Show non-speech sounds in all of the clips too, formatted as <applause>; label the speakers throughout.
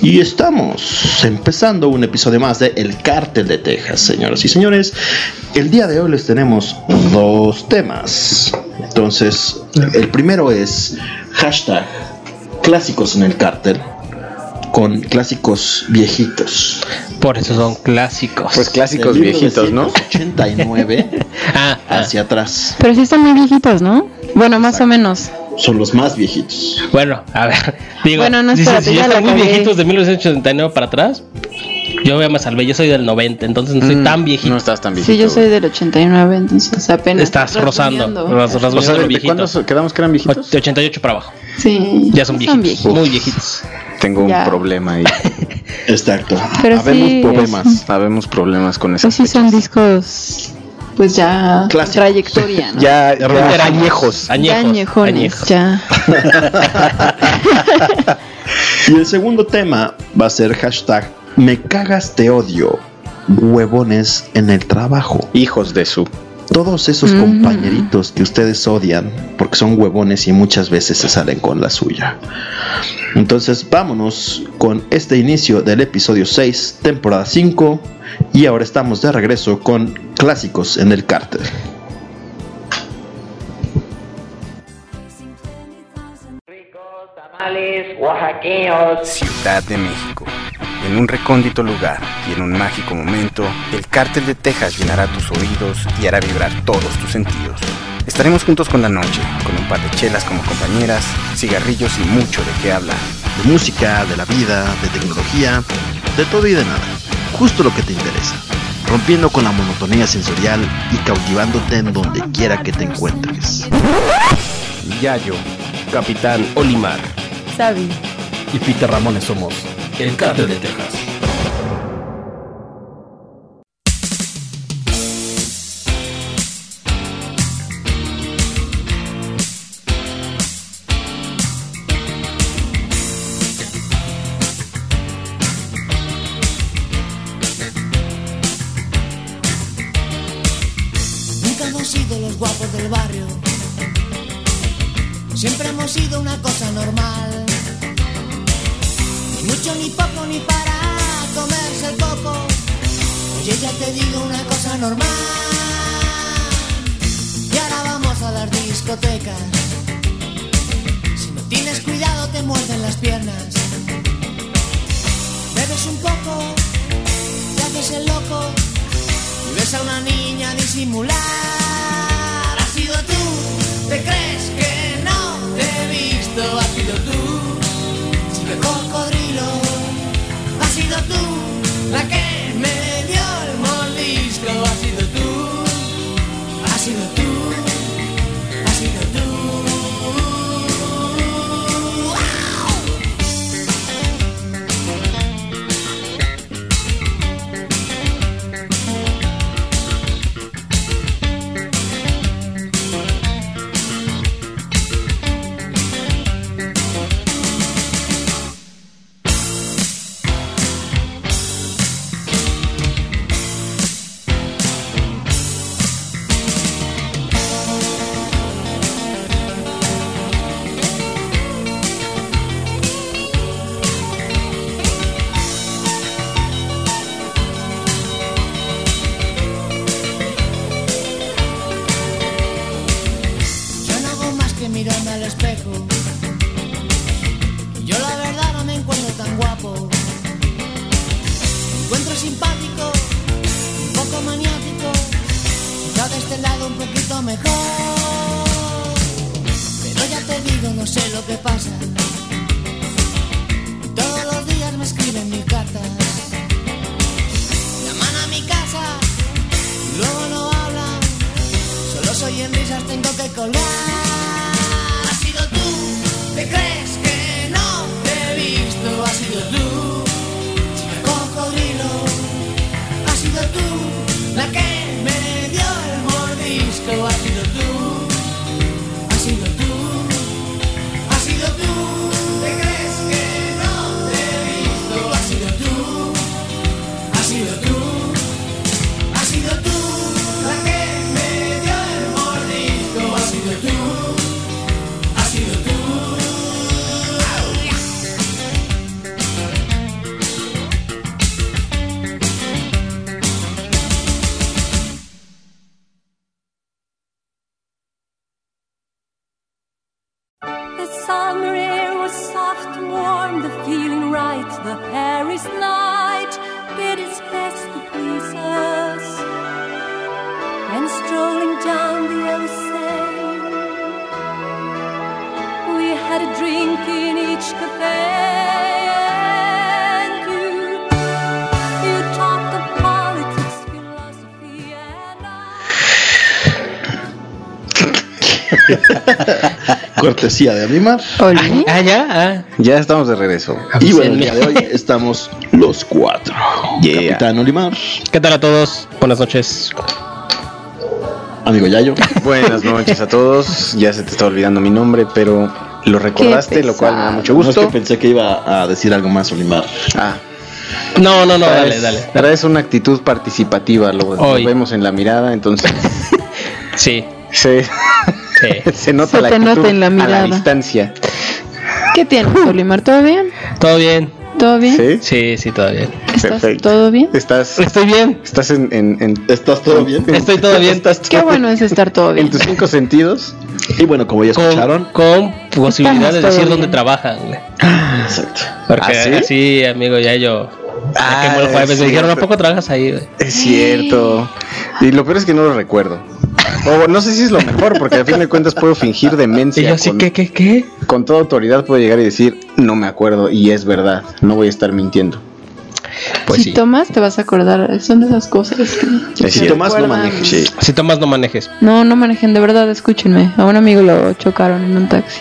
Speaker 1: Y estamos empezando un episodio más de El Cártel de Texas, señoras y señores. El día de hoy les tenemos dos temas. Entonces, el primero es hashtag clásicos en el cártel con clásicos viejitos.
Speaker 2: Por eso son clásicos.
Speaker 3: Pues clásicos
Speaker 1: De
Speaker 3: viejitos, ¿no? <laughs>
Speaker 1: 1989
Speaker 2: Ah, ah.
Speaker 1: hacia atrás.
Speaker 4: Pero sí están muy viejitos, ¿no? Bueno, más o menos.
Speaker 1: Son los más viejitos.
Speaker 2: Bueno, a ver. <laughs> Digo,
Speaker 4: Bueno, no,
Speaker 2: dices,
Speaker 4: espérate,
Speaker 2: si ya
Speaker 4: ya la
Speaker 2: están muy
Speaker 4: cagué.
Speaker 2: viejitos de 1989 para atrás, yo ya me salvé. Yo soy del 90, entonces no soy
Speaker 3: Mm,
Speaker 2: tan viejito.
Speaker 3: No estás tan viejito.
Speaker 4: Sí, yo soy
Speaker 3: güey.
Speaker 4: del 89, entonces apenas.
Speaker 2: Estás rozando.
Speaker 4: rasguñando.
Speaker 2: ras- rasguñando
Speaker 3: O sea,
Speaker 2: lo
Speaker 3: ¿de
Speaker 2: viejito.
Speaker 3: cuándo so- quedamos que eran viejitos?
Speaker 2: Och- De 88 para abajo.
Speaker 4: Sí.
Speaker 2: Ya son viejitos. Muy
Speaker 3: Uf.
Speaker 2: viejitos.
Speaker 3: Tengo un
Speaker 4: Ya.
Speaker 3: problema
Speaker 4: <laughs>
Speaker 3: ahí.
Speaker 1: Exacto.
Speaker 4: Pero
Speaker 3: Habemos
Speaker 4: sí.
Speaker 3: problemas. Habemos problemas con eso.
Speaker 4: Pues sí son discos, pues ya
Speaker 1: Clásicos.
Speaker 4: trayectoria,
Speaker 2: <laughs>
Speaker 4: ¿no?
Speaker 3: Ya,
Speaker 1: De repente
Speaker 3: ya
Speaker 1: eran
Speaker 3: añejos.
Speaker 2: Añejos.
Speaker 4: ya añejones,
Speaker 2: añejos.
Speaker 4: ya.
Speaker 1: Y el segundo tema va a ser hashtag me cagas te odio. Huevones en el trabajo.
Speaker 3: Hijos de su.
Speaker 1: Todos esos
Speaker 4: Mm.
Speaker 1: compañeritos que ustedes odian porque son huevones y muchas veces se salen con la suya. Entonces vámonos con este inicio del episodio 6, temporada 5. Y ahora estamos de regreso con clásicos en el cártel.
Speaker 5: Ciudad de México. En un recóndito lugar y en un mágico momento, el cártel de Texas llenará tus oídos y hará vibrar todos tus sentidos. Estaremos juntos con la noche, con un par de chelas como compañeras, cigarrillos y mucho de qué hablar.
Speaker 1: de música, de la vida, de tecnología, de todo y de nada, justo lo que te interesa, rompiendo con la monotonía sensorial
Speaker 5: <laughs>
Speaker 1: y cautivándote en donde quiera que te encuentres.
Speaker 6: Yayo, Capitán Olimar
Speaker 4: Sabi.
Speaker 6: y Peter Ramones somos el Cártel de Texas.
Speaker 7: Nunca hemos sido los guapos del barrio. Siempre hemos sido una cosa normal. Ni mucho, ni poco, ni para comerse el coco. Oye, ya te digo una cosa normal. Y ahora vamos a las discotecas. Si no tienes cuidado, te muerden las piernas. Bebes un poco, te haces el loco y ves a una niña disimular. Has sido tú, te crees que no te he visto. Has sido tú, chico cocodrilo. Has sido tú, la que me dio el mordisco. Has sido tú, has sido tú, has sido tú.
Speaker 8: este poquito mejor. Pero ya te digo, no sé lo que pasa. Todos los días me escriben mil cartas. Llaman a mi casa, luego no hablan. Solo soy en risas, tengo que colgar. Has sido tú, te crees que no te he visto. Has sido tú, chica cocodrilo. Ha sido tú la que me dio el mordisco. Ha sido tú, ha sido tú, ha sido tú. ¿Te crees que no te he visto? Ha sido tú, ha sido tú, ha sido tú la que me dio el mordisco. Ha sido tú, ha sido tú. Au.
Speaker 9: The summer air was soft and warm, the feeling right, the Paris night did its best to please us. And strolling down the Elysee, we had a drink in each cafe. And you, you talked of politics, philosophy, and I.
Speaker 1: Cortesía de Animar.
Speaker 4: Oli.
Speaker 2: Ah, ya, ah.
Speaker 5: Ya estamos de regreso.
Speaker 1: Y bueno, el
Speaker 2: Sí.
Speaker 1: día de hoy estamos los cuatro.
Speaker 5: Yeah.
Speaker 1: Capitán Olimar,
Speaker 2: ¿Qué tal a todos? Buenas noches.
Speaker 1: amigo Yayo.
Speaker 5: Buenas noches a todos. Ya se te está olvidando mi nombre, pero lo recordaste, lo cual me da mucho
Speaker 1: No, es
Speaker 5: gusto.
Speaker 1: que pensé que iba a decir algo más Olimar.
Speaker 5: Ah,
Speaker 2: No, no, no, dale,
Speaker 3: Pues-
Speaker 5: traes,
Speaker 2: dale.
Speaker 5: traes una actitud participativa, lo, lo
Speaker 2: Hoy.
Speaker 5: vemos en la mirada, entonces <laughs>
Speaker 2: Sí,
Speaker 5: se,
Speaker 2: sí.
Speaker 5: se nota
Speaker 4: Se
Speaker 5: la
Speaker 4: te nota
Speaker 5: actitud
Speaker 4: en la
Speaker 5: a
Speaker 4: mirada.
Speaker 5: la distancia.
Speaker 4: ¿Qué tienes, Olimar? ¿Todo bien?
Speaker 2: ¿Todo bien?
Speaker 4: ¿Todo bien?
Speaker 5: ¿Sí?
Speaker 2: Sí, sí, todo
Speaker 3: <laughs>
Speaker 2: bien.
Speaker 4: ¿Estás
Speaker 5: perfecto.
Speaker 4: todo bien?
Speaker 5: Estás,
Speaker 2: Estoy bien.
Speaker 5: estás en, en- en-
Speaker 1: ¿Estás todo bien?
Speaker 2: Estoy todo bien.
Speaker 4: Qué bueno es estar todo bien.
Speaker 5: en tus cinco sentidos.
Speaker 1: Y bueno, como ya
Speaker 2: Con,
Speaker 1: escucharon,
Speaker 2: con posibilidad de
Speaker 4: Estamos
Speaker 2: decir
Speaker 4: todo
Speaker 2: dónde
Speaker 4: bien.
Speaker 2: trabajan. güey.
Speaker 1: exacto.
Speaker 2: Porque
Speaker 5: ¿Ah, sí?
Speaker 2: así, amigo, ya yo.
Speaker 5: Ah,
Speaker 2: ya que fue el jueves
Speaker 5: es
Speaker 2: me dijeron, ¿a
Speaker 5: cierto.
Speaker 2: poco trabajas ahí? güey?"
Speaker 5: Es cierto. Y lo peor es que no lo recuerdo. O no sé si es lo mejor, porque a fin de cuentas puedo fingir
Speaker 2: Y
Speaker 5: demencia.
Speaker 2: yo así,
Speaker 5: con,
Speaker 2: ¿qué, qué, qué?
Speaker 5: con toda autoridad puedo llegar y decir, no me acuerdo, y es verdad, no voy a estar mintiendo.
Speaker 2: Pues
Speaker 4: si
Speaker 2: sí.
Speaker 4: tomas, te vas a acordar. Son de esas cosas que.
Speaker 5: Es
Speaker 1: Si
Speaker 5: cierto.
Speaker 1: Tomás no
Speaker 4: Recuerdan.
Speaker 1: manejes.
Speaker 5: Sí.
Speaker 2: Si tomas, no manejes.
Speaker 4: No, no manejen, de verdad, escúchenme. A un amigo lo chocaron en un taxi.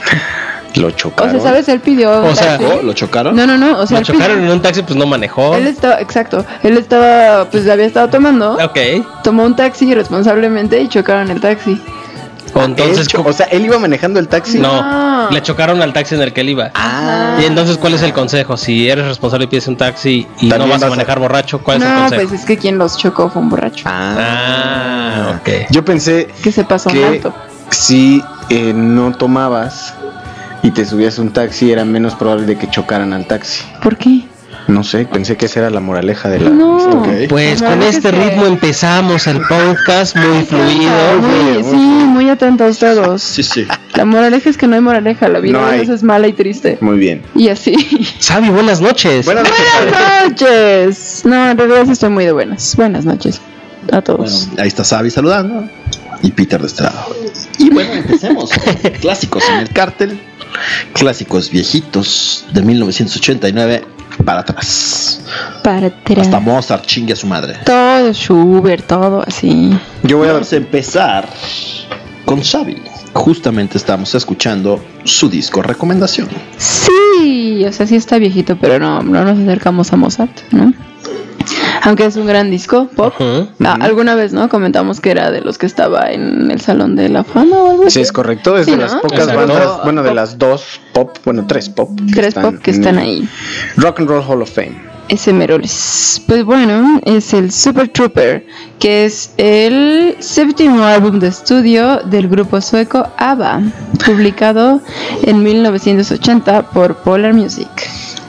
Speaker 5: Lo
Speaker 4: O
Speaker 5: chocaron.
Speaker 4: sea, ¿sabes? Él pidió. un
Speaker 2: O sea,
Speaker 4: taxi.
Speaker 1: ¿Oh, ¿Lo chocaron?
Speaker 4: No, no, no. O sea,
Speaker 2: Lo
Speaker 4: él
Speaker 2: chocaron
Speaker 4: pidió-
Speaker 2: en un taxi, pues no manejó.
Speaker 4: Él estaba, exacto. Él estaba, pues había estado tomando.
Speaker 2: Ah, Ok.
Speaker 4: Tomó un taxi irresponsablemente y chocaron el taxi.
Speaker 2: O entonces,
Speaker 5: Él cho- o sea, él iba manejando el taxi.
Speaker 2: no.
Speaker 4: No.
Speaker 2: Le chocaron al taxi en el que él iba.
Speaker 5: Ah,
Speaker 2: Y entonces, ¿cuál es el consejo? Si eres responsable y pides un taxi y no
Speaker 5: También
Speaker 2: vas a
Speaker 5: vas a-
Speaker 2: manejar borracho, ¿cuál es el
Speaker 4: no,
Speaker 2: consejo?
Speaker 4: pues es que quien los chocó fue un borracho.
Speaker 2: Ah, ok.
Speaker 5: Yo pensé
Speaker 4: Que se pasó un
Speaker 5: que
Speaker 4: alto.
Speaker 5: si eh, no tomabas y te subías a un taxi, era menos probable de que chocaran al taxi.
Speaker 4: ¿Por qué?
Speaker 5: No sé, pensé que esa era la moraleja de la
Speaker 4: No.
Speaker 5: historia.
Speaker 2: Pues
Speaker 4: No,
Speaker 2: con
Speaker 4: es
Speaker 2: este
Speaker 4: que-
Speaker 2: ritmo empezamos el podcast muy fluido.
Speaker 4: Muy, sí, muy atentos todos.
Speaker 1: Sí, sí.
Speaker 4: La moraleja es que no hay moraleja. La vida
Speaker 5: No
Speaker 4: a
Speaker 5: hay.
Speaker 4: veces es mala y triste.
Speaker 5: Muy bien.
Speaker 4: Y
Speaker 2: <laughs>
Speaker 4: así.
Speaker 2: Xavi, buenas noches.
Speaker 5: Buenas noches.
Speaker 4: Buenas noches. No, en realidad sí estoy muy de buenas. Buenas noches a
Speaker 1: Bueno,
Speaker 4: todos.
Speaker 1: ahí está Sabi saludando y Peter de este lado. Y bueno, empecemos con clásicos en el cártel, clásicos viejitos de 1989 para atrás.
Speaker 4: Para atrás.
Speaker 1: Hasta Mozart chingue a su madre.
Speaker 4: Todo Schubert, todo así.
Speaker 5: Yo voy a
Speaker 1: Vamos a empezar con Sabi. Justamente estamos escuchando su disco recomendación.
Speaker 4: Sí, o sea, sí está viejito, pero no, no nos acercamos a Mozart, ¿no? Aunque es un gran disco pop.
Speaker 2: Ujú.
Speaker 4: Ah, alguna vez, ¿no? Comentamos que era de los que estaba en el Salón de la Fama o algo
Speaker 5: Sí,
Speaker 4: así.
Speaker 5: es correcto. Es
Speaker 4: Sí,
Speaker 5: de
Speaker 4: ¿no?
Speaker 5: las pocas
Speaker 2: Exacto.
Speaker 5: bandas, bueno, de
Speaker 4: Pop.
Speaker 5: las dos pop, bueno, tres pop. que
Speaker 4: Tres pop que
Speaker 5: en
Speaker 4: están
Speaker 5: el
Speaker 4: ahí.
Speaker 5: Rock and Roll Hall of Fame.
Speaker 4: Ese Meroles. Pues bueno, es el Super Trooper, que es el séptimo álbum de estudio del grupo sueco ABBA, publicado en 1980 por Polar Music.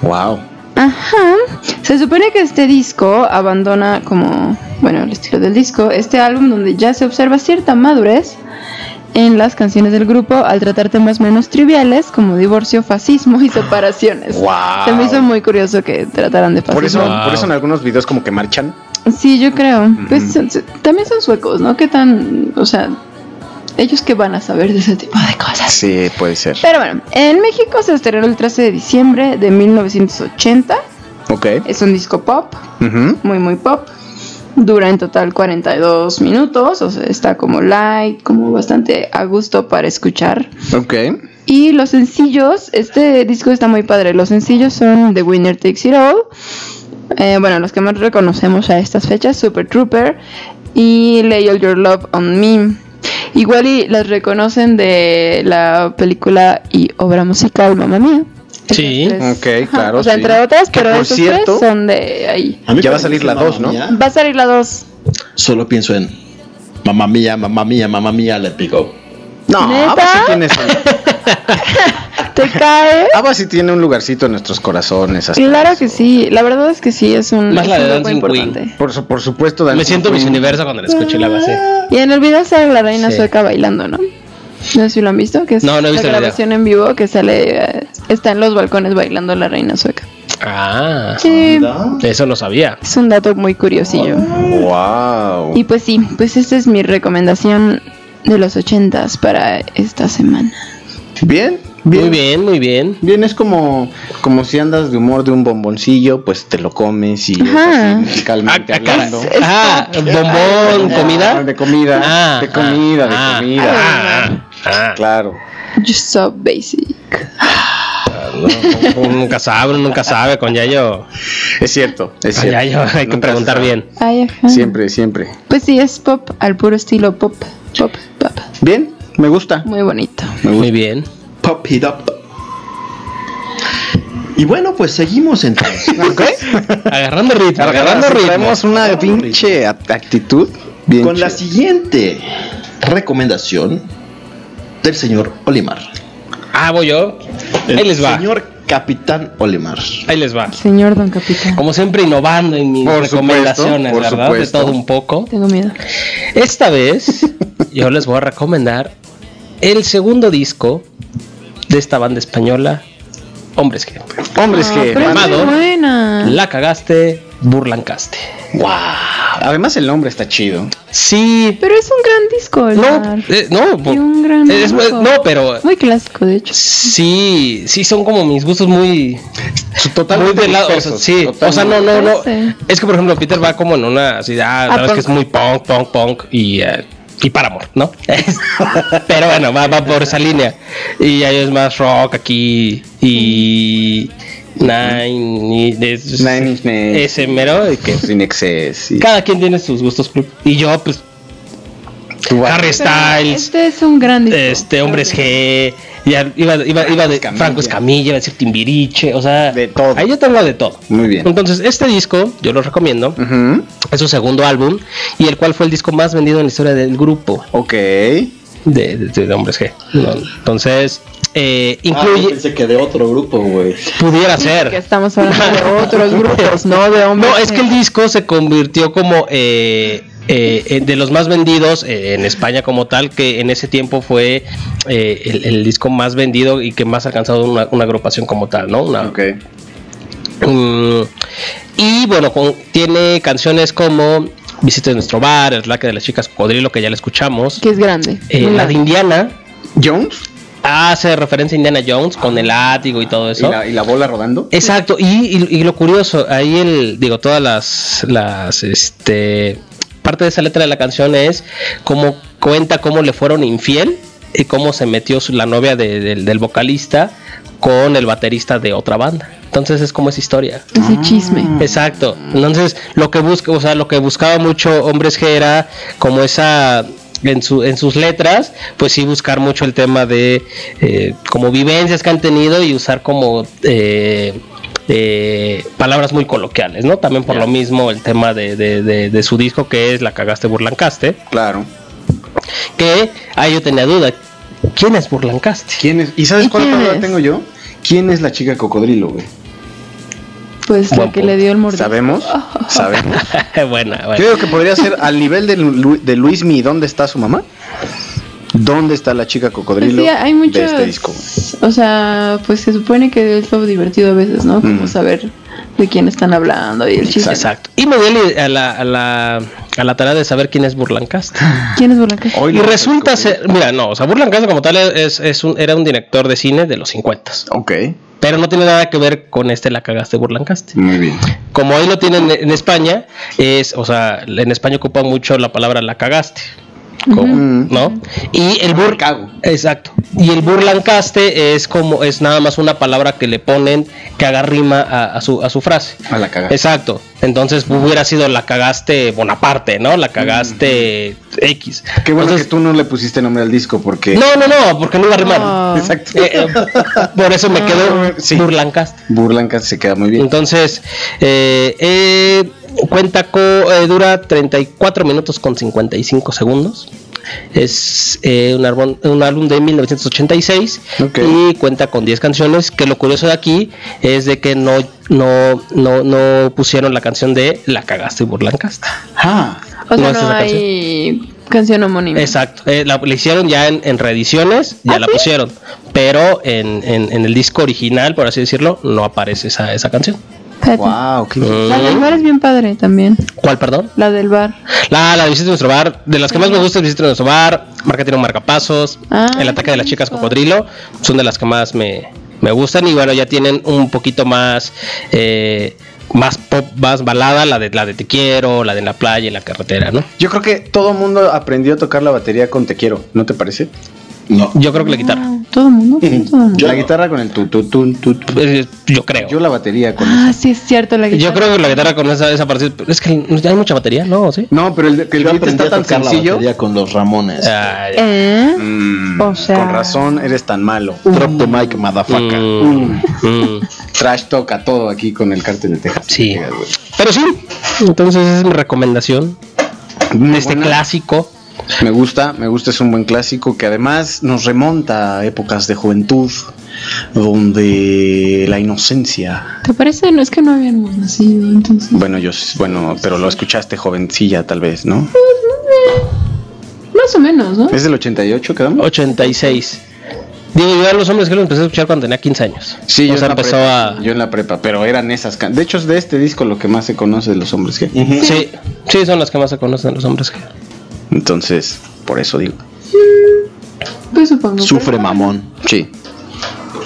Speaker 5: Wow.
Speaker 4: Ajá. Se supone que este disco abandona como, bueno, el estilo del disco, este álbum donde ya se observa cierta madurez en las canciones del grupo al tratar temas menos triviales como divorcio, fascismo y separaciones.
Speaker 5: Wow.
Speaker 4: Se me hizo muy curioso que trataran de
Speaker 5: por eso,
Speaker 4: fascismo.
Speaker 5: por eso en algunos videos como que marchan.
Speaker 4: Sí, yo creo. Pues, son- son- también son suecos, ¿no? ¿Qué tan, o sea, ellos qué van a saber de ese tipo de cosas.
Speaker 5: Sí, puede ser.
Speaker 4: Pero bueno, en México se estrenó el 13 de diciembre de 1980.
Speaker 5: Ok.
Speaker 4: Es un disco pop,
Speaker 5: Ujú.
Speaker 4: muy muy pop. Dura en total 42 minutos, o sea, está como light, como bastante a gusto para escuchar.
Speaker 5: Ok.
Speaker 4: Y los sencillos, este disco está muy padre. Los sencillos son The Winner Takes It All. Eh, bueno, los que más reconocemos a estas fechas, Super Trooper y Lay All Your Love on Me. Igual y las reconocen de la película y obra musical Mamma Mía.
Speaker 2: Sí.
Speaker 5: Ok, claro,
Speaker 4: O sea,
Speaker 5: sí.
Speaker 4: entre otras,
Speaker 5: Que
Speaker 4: pero
Speaker 5: por
Speaker 4: esos
Speaker 5: cierto-
Speaker 4: tres son de ahí.
Speaker 1: A mí
Speaker 5: Ya va
Speaker 1: para
Speaker 5: a salir
Speaker 1: decir
Speaker 5: la
Speaker 1: Mamma
Speaker 5: dos, ¿no?
Speaker 1: Mia,
Speaker 4: Va a salir la 2.
Speaker 1: Solo pienso en mamá mía, mamá mía, mamá mía, let me go.
Speaker 5: No, pues,
Speaker 4: ¿Neta?
Speaker 5: Abba sí, tiene su-
Speaker 4: ¿Te
Speaker 2: <laughs>
Speaker 4: cae?
Speaker 5: Abba sí tiene un lugarcito en nuestros corazones. hasta
Speaker 4: Claro
Speaker 5: eso.
Speaker 4: que sí. La verdad es que sí, es un,
Speaker 2: Más
Speaker 4: es
Speaker 2: la
Speaker 4: un
Speaker 2: de
Speaker 4: grupo
Speaker 2: Dancing Queen.
Speaker 4: importante.
Speaker 5: Por, su- por supuesto,
Speaker 2: Me
Speaker 5: Dancing
Speaker 2: siento
Speaker 5: Queen.
Speaker 2: mis universo cuando la escuché la base.
Speaker 4: Y en el video sale la reina
Speaker 2: Sí.
Speaker 4: sueca bailando, ¿no? No sé si lo han visto, que es
Speaker 2: No, no he visto el
Speaker 4: la
Speaker 2: video.
Speaker 4: grabación en vivo que sale, eh, está en los balcones bailando la reina sueca.
Speaker 2: Ah,
Speaker 4: Sí,
Speaker 2: eso no sabía.
Speaker 4: es un dato muy curiosillo.
Speaker 2: Oh.
Speaker 5: Wow.
Speaker 4: Y pues sí, pues esta es mi recomendación de los ochentas para esta semana.
Speaker 5: Bien, bien.
Speaker 2: Muy bien, muy bien.
Speaker 5: Bien, es como, como si andas de humor de un bomboncillo, pues te lo comes y es
Speaker 4: Ajá.
Speaker 5: así musicalmente
Speaker 2: Ah, caray.
Speaker 5: hablando.
Speaker 2: Ah, bombón,
Speaker 5: Ah,
Speaker 2: comida.
Speaker 5: De comida,
Speaker 2: Ah,
Speaker 5: de comida, de
Speaker 2: ah,
Speaker 5: comida.
Speaker 2: Ah, ah,
Speaker 5: Claro.
Speaker 4: Just so basic.
Speaker 2: no, nunca sabe, uno nunca sabe con Yayo.
Speaker 5: Es cierto, es
Speaker 2: Con
Speaker 5: cierto.
Speaker 2: Yayo hay que
Speaker 5: Nunca
Speaker 2: preguntar
Speaker 5: se sabe.
Speaker 2: bien.
Speaker 4: Ay, ajá.
Speaker 5: Siempre, siempre.
Speaker 4: Pues sí, es pop al puro estilo pop, pop, pop.
Speaker 5: Bien, me gusta.
Speaker 4: Muy bonito.
Speaker 5: Me gusta.
Speaker 2: Muy bien.
Speaker 1: Pop it up. Y bueno, pues seguimos entonces.
Speaker 2: Agarrando ritmo, agarrando ritmo.
Speaker 5: Tenemos una pinche at- actitud bien
Speaker 1: con la
Speaker 5: chida.
Speaker 1: siguiente recomendación del señor Olimar.
Speaker 2: Ah, voy yo. Ahí les va.
Speaker 1: Señor Capitán Olimar.
Speaker 2: Ahí les va.
Speaker 4: Señor Don Capitán.
Speaker 2: Como siempre innovando en mis
Speaker 5: Por supuesto,
Speaker 2: recomendaciones,
Speaker 5: por
Speaker 2: ¿verdad?
Speaker 5: supuesto.
Speaker 2: De todo un poco.
Speaker 4: Tengo miedo.
Speaker 2: Esta vez yo les voy a recomendar el segundo disco de esta banda española, Hombres que
Speaker 4: Ah.
Speaker 5: Hombres que
Speaker 4: pero es muy
Speaker 2: Amado.
Speaker 4: buena.
Speaker 2: la cagaste, burlancaste.
Speaker 5: Wow. Además el nombre está chido.
Speaker 2: Sí,
Speaker 4: Pero es un gran disco,
Speaker 2: no,
Speaker 4: Lar.
Speaker 2: eh, no,
Speaker 4: Pues Y un gran
Speaker 2: es-
Speaker 4: disco.
Speaker 2: no, pero
Speaker 4: Muy clásico, de hecho.
Speaker 2: sí, sí son como mis gustos muy
Speaker 5: Totalmente
Speaker 2: muy de lado, o sea,
Speaker 5: dispersos,
Speaker 2: sí, o sea, no, no, no.
Speaker 4: Sí.
Speaker 2: Es que por ejemplo Peter va como en una así,
Speaker 4: Ah,
Speaker 2: ah, sabes
Speaker 4: punk.
Speaker 2: que es muy punk, punk, punk y eh, y para amor,
Speaker 5: <laughs>
Speaker 2: ¿no? Pero bueno, va, va por esa línea. Y ahí es más rock aquí y Nine y es-
Speaker 5: Nine Inch Nails.
Speaker 2: ese mero y que
Speaker 5: Sin exceso.
Speaker 2: cada quien tiene sus gustos propios. y yo pues Harry Styles,
Speaker 4: Este es un gran disco.
Speaker 2: este hombres
Speaker 4: Creo
Speaker 2: G, ya iba, iba, iba de
Speaker 5: Escamilla.
Speaker 2: Franco Escamilla, iba a decir Timbiriche, o sea,
Speaker 5: De todo.
Speaker 2: Ahí yo tengo de todo.
Speaker 5: Muy bien.
Speaker 2: Entonces, este disco, yo lo recomiendo,
Speaker 5: Ujú.
Speaker 2: es su segundo álbum, y el cual fue el disco más vendido en la historia del grupo
Speaker 5: Ok.
Speaker 1: Ah,
Speaker 2: de, de- de Hombres G. No, entonces,
Speaker 5: Ah,
Speaker 2: eh, incluye,
Speaker 1: pensé que de otro grupo, güey.
Speaker 2: pudiera
Speaker 4: Que
Speaker 2: ser.
Speaker 4: estamos hablando
Speaker 2: <laughs>
Speaker 4: de otros grupos, no de hombres.
Speaker 2: No, es que el disco se convirtió como eh, eh, eh, de los más vendidos eh, en España como tal, que en ese tiempo fue eh, el, el disco más vendido y que más alcanzado una, una agrupación como tal, ¿no? Una,
Speaker 5: Ok.
Speaker 2: Mm, y bueno, con- tiene canciones como Visita de nuestro bar, El Raque de las Chicas Cocodrilo, que ya la escuchamos.
Speaker 4: Que es grande. muy
Speaker 2: Eh, la de
Speaker 4: grande.
Speaker 2: Indiana
Speaker 5: Jones
Speaker 2: hace referencia a Indiana Jones con el látigo y todo
Speaker 5: y
Speaker 2: eso.
Speaker 5: la, y la bola rodando.
Speaker 2: Exacto, y, y- y lo curioso, ahí el, digo, todas las, las, este, parte de esa letra de la canción es cómo cuenta cómo le fueron infiel y cómo se metió su- la novia de- del- del vocalista con el baterista de otra banda. Entonces es como esa historia.
Speaker 4: Ese
Speaker 2: Ah.
Speaker 4: chisme.
Speaker 2: Exacto. Entonces, lo que busca, o sea, lo que buscaba mucho Hombres G era como esa en, su, en sus letras, pues sí buscar mucho el tema de eh, como vivencias que han tenido y usar como eh, eh, palabras muy coloquiales, ¿no? También por lo mismo el tema de, de- de- de su disco que es La cagaste burlancaste,
Speaker 5: Claro.
Speaker 2: que ahí yo tenía duda, ¿quién es burlancaste?
Speaker 5: ¿Quién es? ¿Y sabes
Speaker 4: ¿Y
Speaker 5: cuál
Speaker 4: quién
Speaker 5: palabra
Speaker 4: es?
Speaker 5: tengo yo? ¿Quién es la chica cocodrilo, güey?
Speaker 4: Pues
Speaker 2: Buen
Speaker 4: la que
Speaker 2: punto.
Speaker 4: le dio el mordisco. <laughs>
Speaker 5: ¿Sabemos? ¿Sabemos?
Speaker 2: <laughs> bueno,
Speaker 5: Yo
Speaker 2: bueno.
Speaker 5: creo que podría ser al nivel de, Lu- de Luis Mi, ¿dónde está su mamá? ¿Dónde está la chica
Speaker 4: Pues
Speaker 5: cocodrilo
Speaker 4: sí, hay muchos.
Speaker 5: de este disco?
Speaker 4: O sea, pues se supone que es lo divertido a veces, ¿no? Como
Speaker 5: Mm.
Speaker 4: saber de quién están hablando y el chisme.
Speaker 2: Exacto. Y me duele a la, a la, a la tarea de saber quién es Burlan Castro.
Speaker 4: ¿Quién es Burlacas?
Speaker 5: Hoy
Speaker 2: Y
Speaker 5: no-
Speaker 2: resulta ser, mira, no, o sea, Burlan Castro como tal es, es un, era un director de cine de los 50,
Speaker 5: Ok,
Speaker 2: pero no tiene nada que ver con este la cagaste Burlan Castro.
Speaker 5: muy bien.
Speaker 2: como hoy lo tienen en España, es, o sea, en España ocupan mucho la palabra la cagaste. como, ¿No? Y el bur
Speaker 5: Cago.
Speaker 2: Exacto. Y el burlancaste es como, es nada más una palabra que le ponen que haga rima a, a su, a su frase.
Speaker 5: A la cagada.
Speaker 2: Exacto. Entonces hubiera sido la cagaste Bonaparte, ¿no? La cagaste X.
Speaker 5: Qué bueno
Speaker 2: Entonces-
Speaker 5: que tú no le pusiste nombre al disco porque...
Speaker 2: No, no, no, porque no iba a rimar.
Speaker 4: No.
Speaker 5: <laughs> Exacto.
Speaker 2: Eh, eh, por eso me quedó
Speaker 5: Sí.
Speaker 2: burlancaste.
Speaker 5: Burlanca se queda muy bien.
Speaker 2: Entonces, eh, eh, cuenta con. dura 34 minutos con 55 segundos. Es eh, un, álbum, un álbum de 1986
Speaker 5: Ok.
Speaker 2: y cuenta con 10 canciones. Que lo curioso de aquí es de que no, no, no, no pusieron la canción de La cagaste burlancasta.
Speaker 5: Ah,
Speaker 4: O
Speaker 2: No
Speaker 4: sea,
Speaker 2: es
Speaker 4: no,
Speaker 2: esa
Speaker 4: hay canción homónima.
Speaker 2: Exacto, eh, la, la hicieron ya en, en reediciones, ya
Speaker 4: ¿Ah,
Speaker 2: la
Speaker 4: sí?
Speaker 2: pusieron, pero en, en- en el disco original, por así decirlo, no aparece esa, esa canción.
Speaker 4: Espérate.
Speaker 5: wow, qué
Speaker 4: La del bar es bien padre también.
Speaker 2: ¿Cuál, perdón?
Speaker 4: La del bar.
Speaker 2: La, la de visita a nuestro bar, de las que más me gusta es visita a nuestro bar, marca tiene un marcapasos,
Speaker 4: Ah,
Speaker 2: el ataque de las
Speaker 4: qué
Speaker 2: chicas
Speaker 4: rico.
Speaker 2: cocodrilo, son de las que más me, me gustan y bueno, ya tienen un poquito más eh, más pop, más balada, la de la de te quiero, la de en la playa y la carretera, ¿no?
Speaker 5: Yo creo que todo mundo aprendió a tocar la batería con Te Quiero, ¿no te parece?
Speaker 1: No.
Speaker 2: Yo creo que la guitarra,
Speaker 4: Ah, Todo el mundo. Todo el mundo.
Speaker 1: Yo
Speaker 5: la
Speaker 1: no.
Speaker 5: guitarra con el tu, tu, tu, tu, tu.
Speaker 2: Eh, yo creo.
Speaker 5: Yo la batería con
Speaker 4: Ah, sí, es cierto. La guitarra.
Speaker 2: Yo creo que la guitarra con esa, esa partida. pero Es que hay mucha batería, ¿no? ¿Sí?
Speaker 5: No, pero el, el
Speaker 1: Yo
Speaker 5: beat
Speaker 1: aprendí
Speaker 5: está
Speaker 1: a
Speaker 5: tan
Speaker 1: tocar la
Speaker 5: sencillo.
Speaker 1: batería con los Ramones.
Speaker 2: Ah, ya.
Speaker 4: ¿Eh?
Speaker 5: Mm,
Speaker 4: O sea- Mm.
Speaker 5: Con razón eres tan malo.
Speaker 1: Drop the mic, motherfucker.
Speaker 2: Mm, mm.
Speaker 5: Trash toca todo aquí con el cártel de Texas.
Speaker 2: Sí.
Speaker 5: Mira, güey.
Speaker 2: Pero sí, entonces esa es mi recomendación.
Speaker 5: Muy
Speaker 2: Este
Speaker 5: buena.
Speaker 2: clásico.
Speaker 5: Me gusta, me gusta, es un buen clásico que además nos remonta a épocas de juventud donde la inocencia.
Speaker 4: ¿Te parece? No es que no habíamos nacido, entonces.
Speaker 5: Bueno, yo bueno, pero lo escuchaste jovencilla tal vez, ¿no?
Speaker 4: Más o menos, ¿no?
Speaker 5: Es del 88, quedamos.
Speaker 2: 86. Digo, yo a los hombres que lo empecé a escuchar cuando tenía 15 años.
Speaker 5: Sí,
Speaker 2: o
Speaker 5: yo,
Speaker 2: sea,
Speaker 5: en la
Speaker 2: empezó
Speaker 5: prepa,
Speaker 2: a.
Speaker 5: yo en la prepa, pero eran esas can- De hecho, es de este disco lo que más se conoce de los hombres G.
Speaker 1: Ujú.
Speaker 2: Sí, sí, son las que más se conocen los hombres. que-
Speaker 5: Entonces, por eso digo.
Speaker 4: Pues supongo.
Speaker 1: Sufre mamón.
Speaker 5: Sí,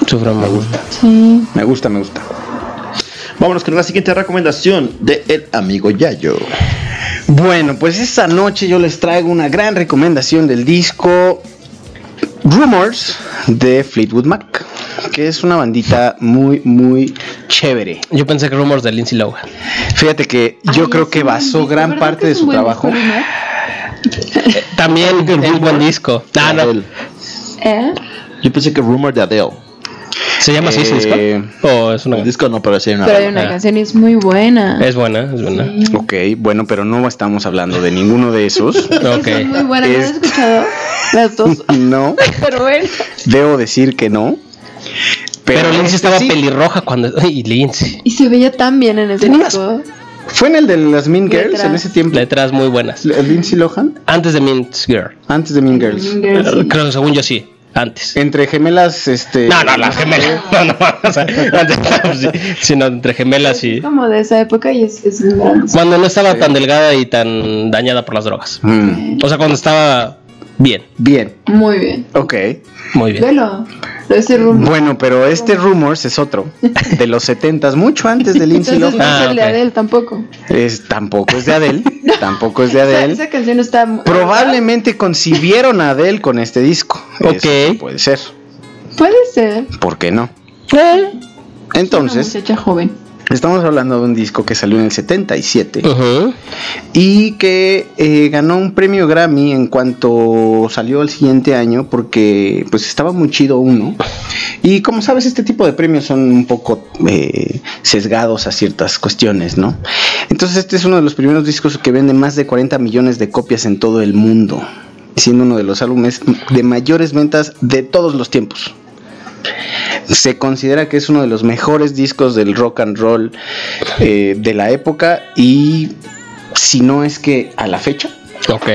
Speaker 2: Sufren mucho.
Speaker 4: Sí.
Speaker 5: me gusta, me gusta.
Speaker 1: Vámonos con la siguiente recomendación de el amigo Yayo.
Speaker 5: Bueno, pues esta noche yo les traigo una gran recomendación del disco Rumors de Fleetwood Mac, que es una bandita muy, muy chévere.
Speaker 2: Yo pensé que rumors de Lindsay Lohan.
Speaker 5: Fíjate que yo
Speaker 4: Ay,
Speaker 5: creo
Speaker 4: es
Speaker 5: que
Speaker 4: un
Speaker 5: basó
Speaker 4: buen
Speaker 5: gran
Speaker 4: disco,
Speaker 5: parte
Speaker 4: ¿verdad que
Speaker 5: de
Speaker 4: es un
Speaker 5: su
Speaker 4: buen
Speaker 5: trabajo.
Speaker 4: disco, Rima?
Speaker 2: También es buen disco. Ah, no.
Speaker 4: ¿Eh?
Speaker 1: Yo pensé que Rumor de Adele.
Speaker 2: ¿Se llama así ese
Speaker 5: Eh,
Speaker 2: disco? ¿O es una
Speaker 1: El disco no parecía una.
Speaker 4: Pero hay una
Speaker 2: Ah.
Speaker 4: canción y es muy buena.
Speaker 2: Es buena, es buena.
Speaker 5: Ok, bueno, pero no estamos hablando de ninguno
Speaker 4: <laughs>
Speaker 5: de esos.
Speaker 2: Ok.
Speaker 4: Es muy buena. ¿No la has
Speaker 5: Es-
Speaker 4: escuchado? Las
Speaker 5: <laughs>
Speaker 4: dos.
Speaker 5: No,
Speaker 4: Pero bueno.
Speaker 5: debo decir que no.
Speaker 2: Pero, Lindsay
Speaker 5: este
Speaker 2: estaba
Speaker 5: sí.
Speaker 2: pelirroja cuando. <laughs> Y Lindsay.
Speaker 4: Y se veía tan bien en el
Speaker 5: Tenía unas-
Speaker 4: disco.
Speaker 5: Fue en el de las Mean Girls en
Speaker 4: Letras.
Speaker 5: ese tiempo.
Speaker 2: Letras muy buenas.
Speaker 5: ¿El Lindsay Lohan?
Speaker 2: Antes de Mint Girl.
Speaker 5: Antes de Mean Girls.
Speaker 2: Eh, Creo que según yo sí. Antes.
Speaker 5: Entre gemelas, este.
Speaker 2: No, no, las gemelas. <laughs> No, no, o sea, antes, <laughs> sino entre gemelas y.
Speaker 4: Como de esa época y es, es un gran disco.
Speaker 2: Cuando no estaba tan delgada y tan dañada por las drogas.
Speaker 5: Mm,
Speaker 2: O sea, cuando estaba bien,
Speaker 5: bien,
Speaker 4: Muy bien.
Speaker 5: ok.
Speaker 2: muy bien.
Speaker 4: Velo. Lo ese rumbo.
Speaker 5: Bueno, pero este Rumors es otro. De los 70 mucho antes de Lindsay
Speaker 4: Entonces no
Speaker 5: Lohan.
Speaker 4: es
Speaker 2: Ah,
Speaker 4: el de
Speaker 2: ok.
Speaker 4: Adele tampoco.
Speaker 5: Es, tampoco es de Adele. Tampoco es de
Speaker 4: O sea, <laughs>
Speaker 5: Adele.
Speaker 4: esa canción está mu-
Speaker 5: Probablemente concibieron a Adele con este disco. Eso
Speaker 2: Ok.
Speaker 5: puede ser.
Speaker 4: Puede ser.
Speaker 5: ¿Por qué no?
Speaker 2: Eh,
Speaker 4: Una
Speaker 5: Entonces,
Speaker 4: muchacha joven.
Speaker 5: estamos hablando de un disco que salió en el 77
Speaker 2: ujú.
Speaker 5: y que eh, ganó un premio Grammy en cuanto salió el siguiente año porque pues estaba muy chido uno y como sabes este tipo de premios son un poco eh, sesgados a ciertas cuestiones no entonces este es uno de los primeros discos que vende más de 40 millones de copias en todo el mundo siendo uno de los álbumes de mayores ventas de todos los tiempos se considera que es uno de los mejores discos del rock and roll eh, de la época y si no es que a la fecha
Speaker 2: Ok.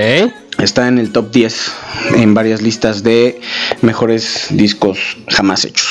Speaker 5: está en el top 10 en varias listas de mejores discos jamás hechos.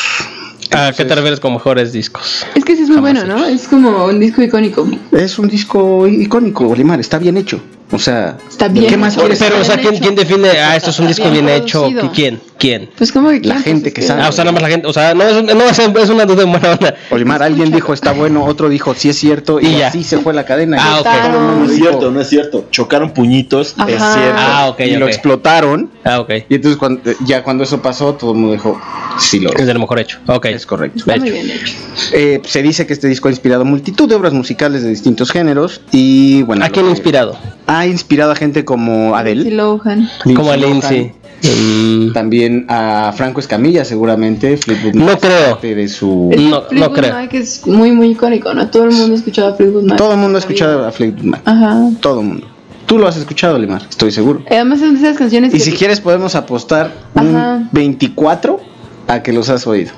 Speaker 2: ¿A Ah, qué te
Speaker 5: Entonces,
Speaker 2: refieres con mejores discos?
Speaker 4: Es que sí es muy bueno, ¿no? Es como un disco icónico.
Speaker 5: Es un disco icónico, Olimar, está bien hecho. O sea,
Speaker 4: Está
Speaker 5: ¿de
Speaker 4: bien
Speaker 5: ¿qué más
Speaker 4: hecho.
Speaker 5: quieres?
Speaker 2: Pero, o sea,
Speaker 4: bien
Speaker 2: ¿quién,
Speaker 4: hecho.
Speaker 2: quién define? Ah, esto es un disco bien,
Speaker 4: Bien
Speaker 2: hecho.
Speaker 4: producido.
Speaker 2: ¿Quién? ¿Quién?
Speaker 4: Pues como que...
Speaker 5: La gente que sabe.
Speaker 2: Ah, o sea, nada más la gente. O sea, no es, no, es, es una duda en buena onda.
Speaker 5: Olimar, alguien dijo está bueno, otro dijo sí es cierto, y,
Speaker 2: Y ya.
Speaker 5: así se fue la cadena.
Speaker 2: Ah, ok.
Speaker 5: Todo el mundo
Speaker 1: No es
Speaker 5: dijo,
Speaker 1: cierto, no es cierto. Chocaron puñitos.
Speaker 4: Ajá.
Speaker 1: Es cierto.
Speaker 2: Ah, ok,
Speaker 5: y lo
Speaker 2: ok.
Speaker 5: explotaron.
Speaker 2: Ah, ok.
Speaker 5: Y entonces, cuando, ya cuando eso pasó, todo el mundo dijo sí lo
Speaker 2: Es de lo mejor hecho. Ok.
Speaker 5: es correcto.
Speaker 4: Está muy
Speaker 2: hecho.
Speaker 4: bien hecho.
Speaker 5: Eh, se dice que este disco ha inspirado multitud de obras musicales de distintos géneros y bueno.
Speaker 2: ¿A
Speaker 5: lo
Speaker 2: quién
Speaker 5: que-
Speaker 2: ha inspirado?
Speaker 5: Ha inspirado a gente como
Speaker 4: Sí,
Speaker 5: Adele,
Speaker 4: Lohan.
Speaker 2: Como a Lindsay. Mm,
Speaker 5: también a Franco Escamilla seguramente, Fleetwood
Speaker 2: No
Speaker 5: Mac,
Speaker 2: creo.
Speaker 5: parte de su
Speaker 4: Es que
Speaker 2: No- no
Speaker 4: Fleetwood
Speaker 2: creo.
Speaker 4: Mac es muy, muy icónico, ¿no? Todo el mundo ha escuchado a Fleetwood Mac.
Speaker 5: Todo el mundo ha
Speaker 4: Está bien.
Speaker 5: escuchado a Fleetwood Mac,
Speaker 4: Ajá.
Speaker 5: todo el mundo. Tú lo has escuchado, Limar, estoy seguro.
Speaker 4: Eh, Además son de esas canciones
Speaker 5: Y
Speaker 4: que
Speaker 5: si quieres podemos apostar
Speaker 4: Ajá.
Speaker 5: un 24 a que los has oído.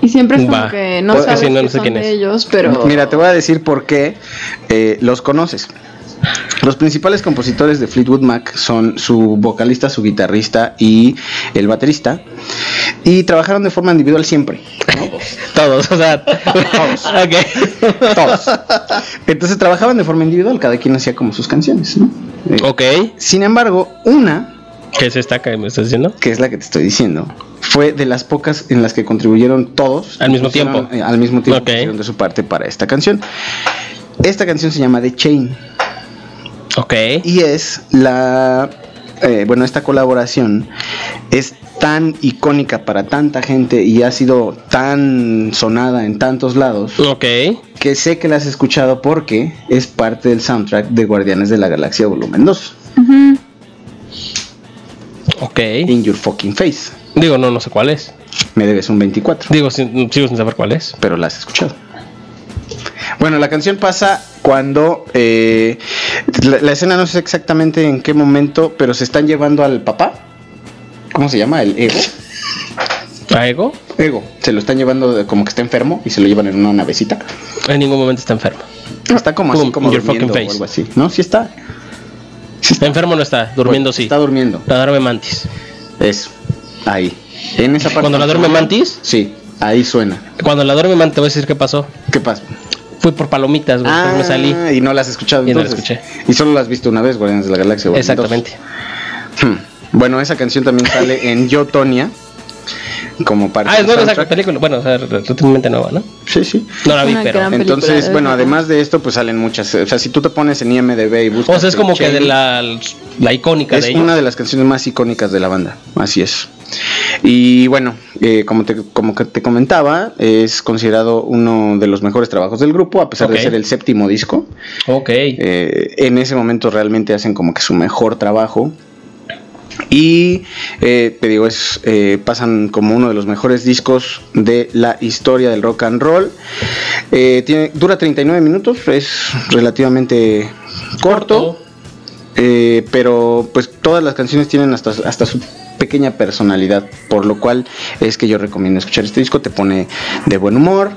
Speaker 4: y siempre es como
Speaker 2: Va.
Speaker 4: que no
Speaker 2: Pues,
Speaker 4: sabes
Speaker 2: sí, no, no
Speaker 4: que
Speaker 2: sé
Speaker 4: son
Speaker 2: quién es.
Speaker 4: de ellos, pero
Speaker 5: Mira, te voy a decir por qué eh, los conoces. Los principales compositores de Fleetwood Mac son su vocalista, su guitarrista y el baterista. Y trabajaron de forma individual
Speaker 2: <laughs>
Speaker 5: siempre.
Speaker 2: Todos, o sea. Todos. <laughs> Ok.
Speaker 5: Todos. Entonces trabajaban de forma individual, cada quien hacía como sus canciones. ¿no? Eh,
Speaker 2: Ok.
Speaker 5: Sin embargo, una
Speaker 2: ¿Qué es esta que me estás diciendo?
Speaker 5: que es la que te estoy diciendo, fue de las pocas en las que contribuyeron todos.
Speaker 2: Al mismo
Speaker 5: Pusieron,
Speaker 2: tiempo.
Speaker 5: eh, al mismo tiempo
Speaker 2: Ok.
Speaker 5: pusieron de su parte para esta canción. Esta canción se llama The Chain
Speaker 2: Ok.
Speaker 5: y es la... eh, bueno, esta colaboración es tan icónica para tanta gente y ha sido tan sonada en tantos lados
Speaker 2: Ok.
Speaker 5: que sé que la has escuchado porque es parte del soundtrack de Guardianes de la Galaxia Volumen 2,
Speaker 4: Ujú.
Speaker 2: Ok.
Speaker 5: In Your Fucking Face.
Speaker 2: Digo, no, no sé cuál es.
Speaker 5: Me debes un 24.
Speaker 2: Digo, sin- sigo sin saber cuál es.
Speaker 5: pero la has escuchado. Bueno, la canción pasa cuando eh, la, la escena no sé exactamente en qué momento, pero se están llevando al papá. ¿Cómo se llama? El ego.
Speaker 2: ¿Algo?
Speaker 5: Ego. Se lo están llevando de- como que está enfermo y se lo llevan en una navecita.
Speaker 2: En ningún momento está enfermo.
Speaker 5: Está como así,
Speaker 2: Boom,
Speaker 5: como
Speaker 2: in your
Speaker 5: durmiendo
Speaker 2: fucking
Speaker 5: o
Speaker 2: face.
Speaker 5: algo así. No, sí está.
Speaker 2: Enfermo no está, durmiendo
Speaker 5: Bueno,
Speaker 2: sí.
Speaker 5: Está durmiendo.
Speaker 2: La duerme mantis.
Speaker 5: Eso. Ahí. En esa parte.
Speaker 2: Cuando la duerme mantis,
Speaker 5: Sí. Ahí suena.
Speaker 2: cuando la duerme mantis, te voy a decir qué pasó.
Speaker 5: ¿Qué pasa? Ah,
Speaker 2: Fui por palomitas, güey, pero me salí.
Speaker 5: y no la has escuchado.
Speaker 2: Y no la
Speaker 5: entonces.
Speaker 2: escuché.
Speaker 5: Y solo la has visto una vez, Guardianes de la Galaxia. Volumen 2.
Speaker 2: Exactamente.
Speaker 5: Hmm. Bueno, esa canción también
Speaker 2: <laughs>
Speaker 5: sale en Yo Tonya como parte
Speaker 2: Ah, es
Speaker 5: del
Speaker 2: nueva esa
Speaker 5: soundtrack.
Speaker 2: película. Bueno, o sea, relativamente nueva, ¿no?
Speaker 5: Sí, sí.
Speaker 2: No la vi,
Speaker 4: Una
Speaker 2: pero.
Speaker 4: gran-
Speaker 5: Entonces,
Speaker 4: película, ¿eh?
Speaker 5: bueno,
Speaker 4: ¿verdad?
Speaker 5: además de esto, pues salen muchas. eh, O sea, si tú te pones en IMDB y buscas.
Speaker 2: O sea, es como que
Speaker 5: Shady,
Speaker 2: de la, la icónica
Speaker 5: Es
Speaker 2: de ellos.
Speaker 5: una de las canciones más icónicas de la banda. Así es. Y bueno, eh, como, te, como que te comentaba, es considerado uno de los mejores trabajos del grupo, a pesar
Speaker 2: Ok.
Speaker 5: de ser el séptimo disco.
Speaker 2: Ok.
Speaker 5: Eh, en ese momento realmente hacen como que su mejor trabajo. Y eh, te digo, es, eh, pasan como uno de los mejores discos de la historia del rock and roll. Eh, tiene, dura 39 minutos, es relativamente corto, eh, pero pues todas las canciones tienen hasta, hasta su pequeña personalidad, por lo cual es que yo recomiendo escuchar este disco, te pone de buen humor,